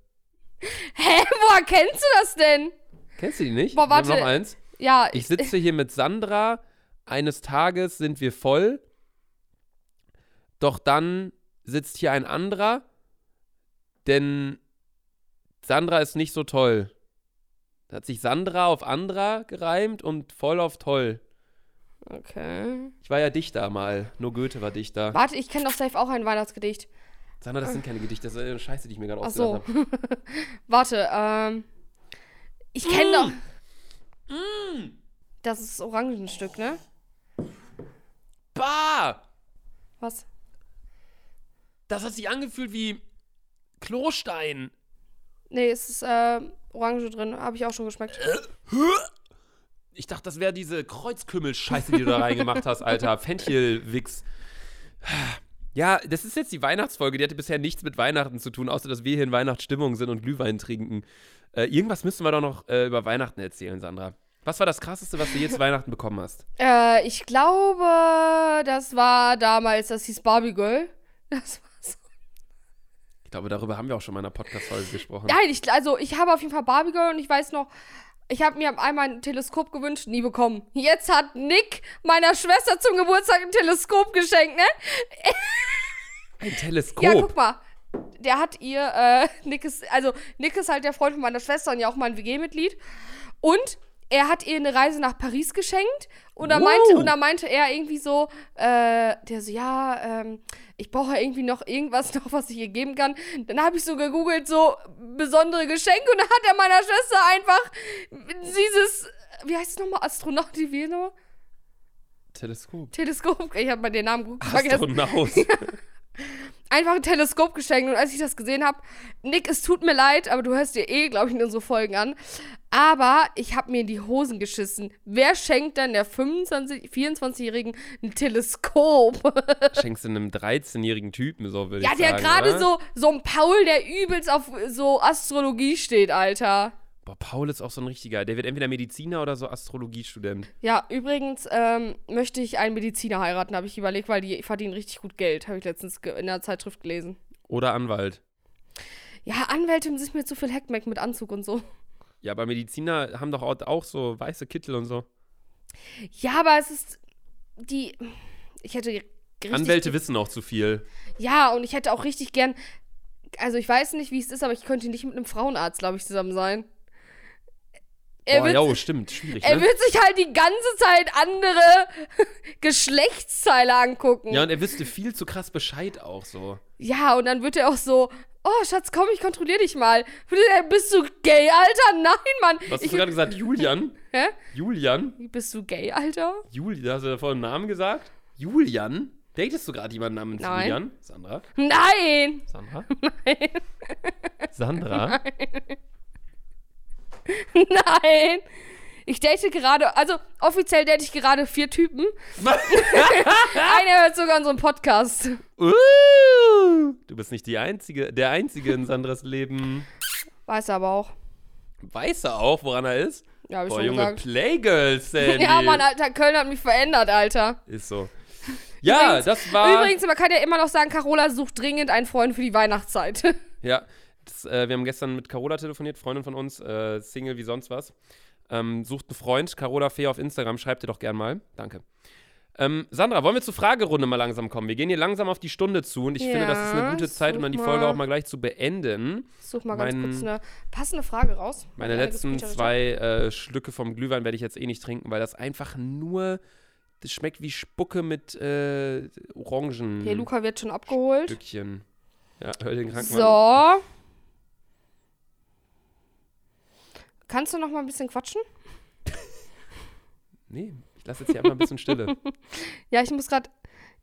A: Hä? Woher kennst du das denn?
B: Kennst du die nicht?
A: Boah,
B: Wir haben
A: warte.
B: noch eins.
A: Ja,
B: Ich sitze hier mit Sandra. Eines Tages sind wir voll. Doch dann sitzt hier ein anderer. Denn Sandra ist nicht so toll. Da hat sich Sandra auf Andra gereimt und voll auf toll.
A: Okay.
B: Ich war ja Dichter mal. Nur Goethe war Dichter.
A: Warte, ich kenne doch safe auch ein Weihnachtsgedicht.
B: Sandra, das sind keine Gedichte. Das ist eine Scheiße, die ich mir gerade
A: Ach
B: ausgedacht
A: so.
B: habe.
A: Warte, ähm. Ich kenne doch.
B: Mm.
A: Das ist das Orangenstück, ne?
B: Bah!
A: Was?
B: Das hat sich angefühlt wie Klostein.
A: Nee, es ist äh, Orange drin. Habe ich auch schon geschmeckt.
B: Ich dachte, das wäre diese Kreuzkümmel-Scheiße, die du da reingemacht hast, Alter. Fenchel-Wix. Ja, das ist jetzt die Weihnachtsfolge. Die hatte bisher nichts mit Weihnachten zu tun, außer dass wir hier in Weihnachtsstimmung sind und Glühwein trinken. Äh, irgendwas müssen wir doch noch äh, über Weihnachten erzählen, Sandra. Was war das Krasseste, was du je zu Weihnachten bekommen hast?
A: Äh, ich glaube, das war damals, das hieß Barbie Girl. Das war so.
B: Ich glaube, darüber haben wir auch schon mal in einer Podcast-Folge gesprochen.
A: Nein, ich, also ich habe auf jeden Fall Barbie Girl und ich weiß noch, ich habe mir einmal ein Teleskop gewünscht, nie bekommen. Jetzt hat Nick meiner Schwester zum Geburtstag ein Teleskop geschenkt, ne?
B: Ein Teleskop.
A: Ja, guck mal. Der hat ihr, äh, Nick ist, also Nick ist halt der Freund von meiner Schwester und ja auch mein WG-Mitglied. Und er hat ihr eine Reise nach Paris geschenkt. Und da
B: Wow.
A: meinte, und da meinte er irgendwie so, äh, der so, ja, ähm, ich brauche ja irgendwie noch irgendwas noch, was ich ihr geben kann. Dann habe ich so gegoogelt, so besondere Geschenke. Und da hat er meiner Schwester einfach dieses, wie heißt es nochmal, Astronaut Divino?
B: Teleskop.
A: Teleskop. Ich habe mal den Namen gut vergessen
B: Astronaut.
A: einfach ein Teleskop geschenkt und als ich das gesehen habe, Nick, es tut mir leid, aber du hörst dir eh, glaube ich, in unsere Folgen an. Aber ich habe mir in die Hosen geschissen. Wer schenkt denn der 25, 24-Jährigen ein Teleskop?
B: Schenkst du einem 13-jährigen Typen, so würde
A: ja,
B: ich
A: der
B: sagen.
A: gerade
B: oder?
A: so, so ein Paul, der übelst auf so Astrologie steht, Alter.
B: Boah, Paul ist auch so ein richtiger. Der wird entweder Mediziner oder so Astrologiestudent.
A: Ja, übrigens ähm, möchte ich einen Mediziner heiraten, habe ich überlegt, weil die verdienen richtig gut Geld, habe ich letztens ge- in der Zeitschrift gelesen.
B: Oder Anwalt.
A: Ja, Anwälte sind mir zu viel Hackmack mit Anzug und so.
B: Ja, aber Mediziner haben doch au- auch so weiße Kittel und so.
A: Ja, aber es ist die. Ich hätte richtig.
B: Anwälte wissen auch zu viel.
A: Ja, und ich hätte auch richtig gern. Also ich weiß nicht, wie es ist, aber ich könnte nicht mit einem Frauenarzt, glaube ich, zusammen sein. Er,
B: Boah,
A: wird,
B: jo, stimmt, schwierig,
A: er
B: ne?
A: wird sich halt die ganze Zeit andere Geschlechtsteile angucken.
B: Ja,
A: Ja.
B: und er wüsste viel zu krass Bescheid auch so.
A: und dann wird er auch so. Oh, Schatz, komm, ich kontrolliere dich mal. Würde er- Bist du gay, Alter? Nein, Mann.
B: Was hast
A: ich,
B: du gerade gesagt? Julian?
A: hä?
B: Julian?
A: Bist du gay, Alter?
B: Julian, hast du davor einen Namen gesagt? Julian? Datest du gerade jemanden namens
A: Nein.
B: Julian? Sandra?
A: Nein!
B: Sandra? Nein. Sandra?
A: Nein! Ich date gerade, also offiziell date ich gerade vier Typen. Einer hört sogar unseren Podcast.
B: Uh, du bist nicht die einzige, der einzige in Sandras Leben.
A: Weiß er aber auch.
B: Weiß er auch, woran er ist?
A: Ja, hab ich
B: Boah,
A: schon
B: Junge,
A: gesagt.
B: Playgirls, Sandy.
A: Ja, Mann, Alter, Köln hat mich verändert, Alter.
B: Ist so. Ja,
A: Übrigens-
B: das war.
A: Übrigens, man kann ja immer noch sagen, Carola sucht dringend einen Freund für die Weihnachtszeit.
B: Ja, das, äh, wir haben gestern mit Carola telefoniert, Freundin von uns, äh, Single wie sonst was. Ähm, sucht einen Freund, Carola Fee auf Instagram, schreibt ihr doch gern mal. Danke. Ähm, Sandra, wollen wir zur Fragerunde mal langsam kommen? Wir gehen hier langsam auf die Stunde zu und ich finde, das ist eine
A: Ja,
B: gute Zeit, um dann die
A: such
B: Folge
A: mal.
B: auch mal gleich zu beenden.
A: Ich such mal ganz
B: Mein-
A: kurz eine passende Frage raus.
B: Meine
A: Eine
B: letzten
A: gesprächerische.
B: zwei äh, Schlücke vom Glühwein werde ich jetzt eh nicht trinken, weil das einfach nur, das schmeckt wie Spucke mit äh,
A: Hier,
B: Orangenstückchen.
A: Luca wird schon abgeholt.
B: Ja, hör den Krankenwagen.
A: So. Kannst du noch mal ein bisschen quatschen?
B: Nee, ich lasse jetzt hier einmal ein bisschen Stille.
A: Ja, ich muss gerade.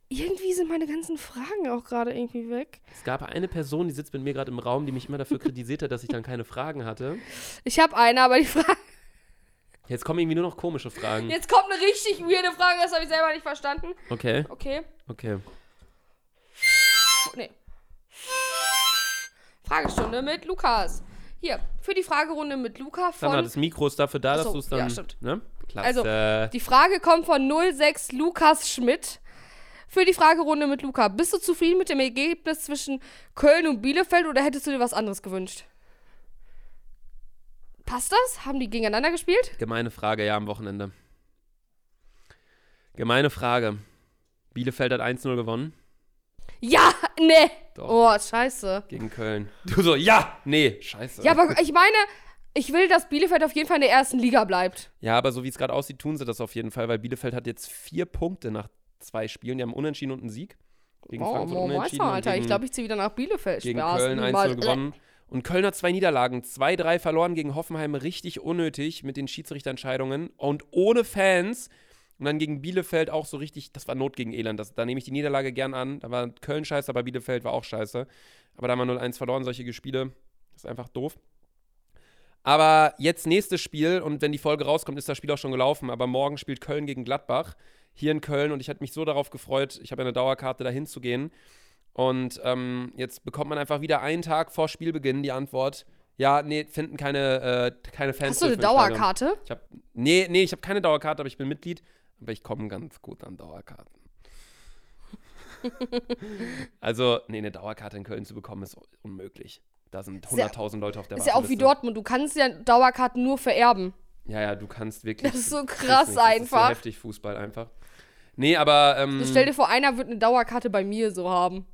A: Irgendwie sind meine ganzen Fragen auch gerade irgendwie weg.
B: Es gab eine Person, die sitzt mit mir gerade im Raum, die mich immer dafür kritisiert hat, dass ich dann keine Fragen hatte.
A: Ich habe eine, aber die Frage.
B: Jetzt kommen irgendwie nur noch komische Fragen.
A: Jetzt kommt eine richtig weirde Frage, das habe ich selber nicht verstanden.
B: Okay,
A: Okay.
B: okay.
A: Oh, Nee. Fragestunde mit Lukas. Hier, für die Fragerunde mit Luca
B: Sandra,
A: von.
B: das Mikro ist dafür da, dass
A: Achso,
B: du es dann.
A: ja, stimmt.
B: Ne? Klasse.
A: Also, Die Frage kommt von 06 Lukas Schmidt. Für die Fragerunde mit Luca. Bist du zufrieden mit dem Ergebnis zwischen Köln und Bielefeld oder hättest du dir was anderes gewünscht? Passt das? Haben die gegeneinander gespielt?
B: Gemeine Frage, ja, am Wochenende. Gemeine Frage. Bielefeld hat 1-0 gewonnen
A: Ja, ne.
B: Doch.
A: Oh, scheiße.
B: gegen Köln. Du so, ja, nee, scheiße.
A: Ja, aber ich meine, ich will, dass Bielefeld auf jeden Fall in der ersten Liga bleibt.
B: Ja, aber so wie es gerade aussieht, tun sie das auf jeden Fall, weil Bielefeld hat jetzt vier Punkte nach zwei Spielen. Die haben unentschieden und einen Sieg. Gegen
A: Oh,
B: Frankfurt
A: oh, weißt du,
B: unentschieden. und
A: Alter, ich
B: gegen-
A: glaube, ich ziehe wieder nach Bielefeld.
B: gegen
A: Spaß.
B: Köln 1-0
A: Mal- äh,
B: gewonnen. Und Köln hat zwei Niederlagen, 2-3 verloren gegen Hoffenheim, richtig unnötig mit den Schiedsrichterentscheidungen und ohne Fans. Und dann gegen Bielefeld auch so richtig, das war Not gegen Elend. Das, da nehme ich die Niederlage gern an. Da war Köln scheiße, aber Bielefeld war auch scheiße. Aber da haben wir 0-1 verloren, solche Spiele. Ist einfach doof. Aber jetzt nächstes Spiel und wenn die Folge rauskommt, ist das Spiel auch schon gelaufen. Aber morgen spielt Köln gegen Gladbach hier in Köln und ich hatte mich so darauf gefreut. Ich habe ja eine Dauerkarte, dahin zu gehen. Und ähm, jetzt bekommt man einfach wieder einen Tag vor Spielbeginn die Antwort: Ja, nee, finden keine, äh, keine Fans.
A: Hast du eine
B: dürfen im Stadion.
A: Dauerkarte?
B: Ich hab, nee, nee, ich habe keine Dauerkarte, aber ich bin Mitglied. Aber ich komme ganz gut an Dauerkarten. also, nee, eine Dauerkarte in Köln zu bekommen ist unmöglich. Da sind
A: ja-
B: 100.000 Leute auf der
A: Ist ja auch wie
B: Warteliste.
A: Dortmund. Du kannst ja Dauerkarten nur vererben.
B: Ja, ja, du kannst wirklich.
A: Das ist so
B: du kriegst
A: krass
B: nichts. Das ist
A: einfach.
B: so heftig Fußball einfach. Nee, aber ähm,
A: So stell dir vor, einer wird eine Dauerkarte bei mir so haben.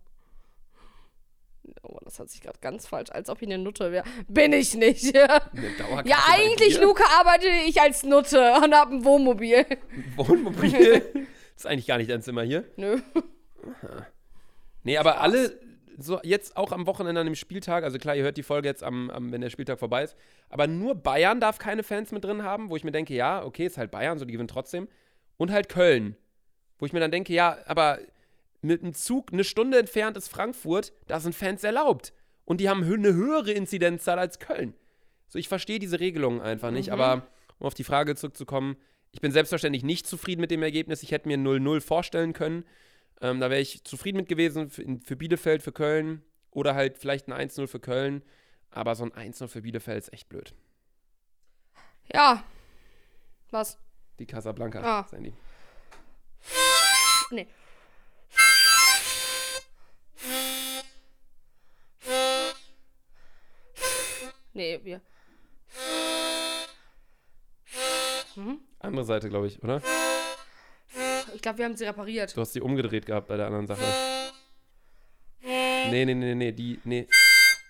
A: Oh, das hat sich gerade ganz falsch, als ob ich eine Nutte wäre. Bin ich nicht. ja,
B: eine Dauerkarte bei
A: eigentlich,
B: dir?
A: Luca, arbeite ich als Nutte und hab ein Wohnmobil.
B: Wohnmobil. ist eigentlich gar nicht dein Zimmer hier.
A: Nö.
B: Nee, aber alle, so jetzt auch am Wochenende an dem Spieltag, also klar, ihr hört die Folge jetzt, am, am, wenn der Spieltag vorbei ist, aber nur Bayern darf keine Fans mit drin haben, wo ich mir denke, ja, okay, ist halt Bayern, so die gewinnen trotzdem. Und halt Köln, wo ich mir dann denke, ja, aber mit dem Zug eine Stunde entfernt ist Frankfurt, da sind Fans erlaubt. Und die haben hö- eine höhere Inzidenzzahl als Köln. So, ich verstehe diese Regelungen einfach nicht, aber um auf die Frage zurückzukommen, ich bin selbstverständlich nicht zufrieden mit dem Ergebnis. Ich hätte mir 0-0 vorstellen können. Ähm, da wäre ich zufrieden mit gewesen für, in- für Bielefeld, für Köln oder halt vielleicht ein 1-0 für Köln. Aber so ein 1-0 für Bielefeld ist echt blöd.
A: Ja. Was?
B: Die Casablanca,
A: Ah.
B: Sandy.
A: Nee. Nee, wir.
B: Andere Seite, glaube ich, oder?
A: Ich glaube, wir haben sie repariert.
B: Du hast die umgedreht gehabt bei der anderen Sache. Nee, nee, nee, nee, die, nee.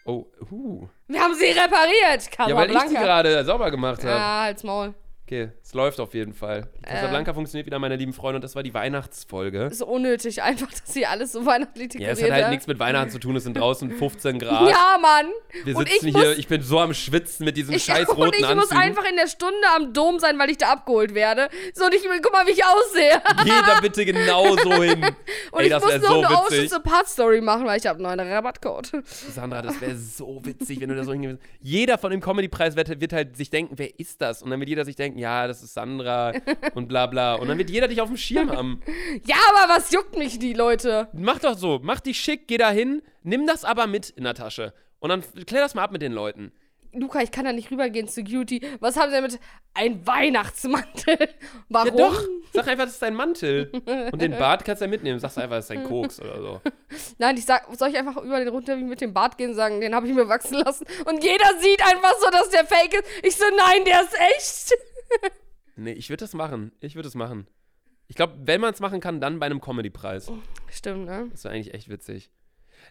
B: Oh, huh.
A: Wir haben sie repariert,
B: Ja, weil ich die
A: Casablanca.
B: gerade sauber gemacht habe.
A: Ja, Äh. halt's Maul.
B: Okay, es läuft auf jeden Fall. Casablanca funktioniert wieder, meine lieben Freunde, und das war die Weihnachtsfolge.
A: Ist unnötig, einfach, dass sie alles so weihnachtlich
B: Ja,
A: dekoriert
B: es hat halt
A: haben.
B: nichts mit Weihnachten zu tun, es sind draußen 15 Grad.
A: ne? Ja, Mann.
B: Wir
A: und ich
B: sitzen
A: muss,
B: hier, ich bin so am Schwitzen mit diesem
A: ich,
B: scheiß roten
A: und ich muss
B: Anzug.
A: einfach in der Stunde am Dom sein, weil ich da abgeholt werde. So, und ich, guck mal, wie ich aussehe.
B: Geh da bitte genau so hin.
A: Und
B: Ey,
A: ich
B: das
A: muss
B: wäre
A: noch
B: so
A: eine
B: witzig.
A: Ocean Support Story machen, weil ich habe einen neuen Rabattcode.
B: Sandra, das wäre so witzig, wenn du da so hingehst. Jeder von dem Comedy-Preis wird, wird halt sich denken, wer ist das? Und dann wird jeder sich denken, ja, das ist Sandra und bla bla. Und dann wird jeder dich auf dem Schirm haben.
A: Ja, aber was juckt mich die Leute?
B: Mach doch so, mach dich schick, geh da hin, nimm das aber mit in der Tasche. Und dann klär das mal ab mit den Leuten.
A: Luca, ich kann da nicht rübergehen zu Cutie. Was haben sie damit? Ein Weihnachtsmantel. Warum?
B: Ja doch, sag einfach, das ist dein Mantel. Und den Bart kannst du ja mitnehmen. Sagst einfach, das ist dein Koks oder so.
A: Nein, ich sag, soll ich einfach über den Runterweg mit dem Bart gehen und sagen, den habe ich mir wachsen lassen. Und jeder sieht einfach so, dass der fake ist. Ich so, nein, der ist echt.
B: Nee, ich würde das machen. Ich würde das machen. Ich glaube, wenn man es machen kann, dann bei einem Comedy-Preis.
A: Stimmt, ne?
B: Das war eigentlich echt witzig.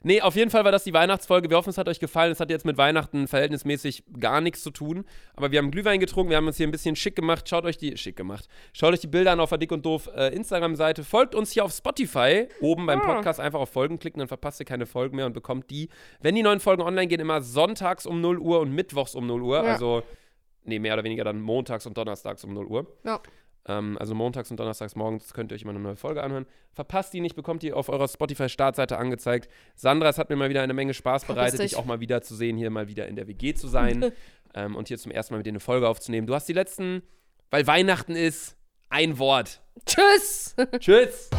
B: Nee, auf jeden Fall war das die Weihnachtsfolge. Wir hoffen, es hat euch gefallen. Es hat jetzt mit Weihnachten verhältnismäßig gar nichts zu tun. Aber wir haben Glühwein getrunken, wir haben uns hier ein bisschen schick gemacht. Schaut euch die schick gemacht. Schaut euch die Bilder an auf der Dick und Doof äh, Instagram-Seite. Folgt uns hier auf Spotify. Oben beim Podcast einfach auf Folgen klicken, dann verpasst ihr keine Folgen mehr und bekommt die, wenn die neuen Folgen online gehen, immer sonntags um 0 Uhr und mittwochs um 0 Uhr.
A: Ja.
B: Also, nee, mehr oder weniger dann montags und donnerstags um 0 Uhr.
A: Ja.
B: Ähm, also montags und donnerstags morgens könnt ihr euch immer eine neue Folge anhören. Verpasst die nicht, bekommt die auf eurer Spotify-Startseite angezeigt. Sandra, es hat mir mal wieder eine Menge Spaß bereitet,
A: dich.
B: dich auch mal wieder zu sehen, hier mal wieder in der WG zu sein ähm, und hier zum ersten Mal mit dir eine Folge aufzunehmen. Du hast die letzten, weil Weihnachten ist, ein Wort.
A: Tschüss.
B: Tschüss!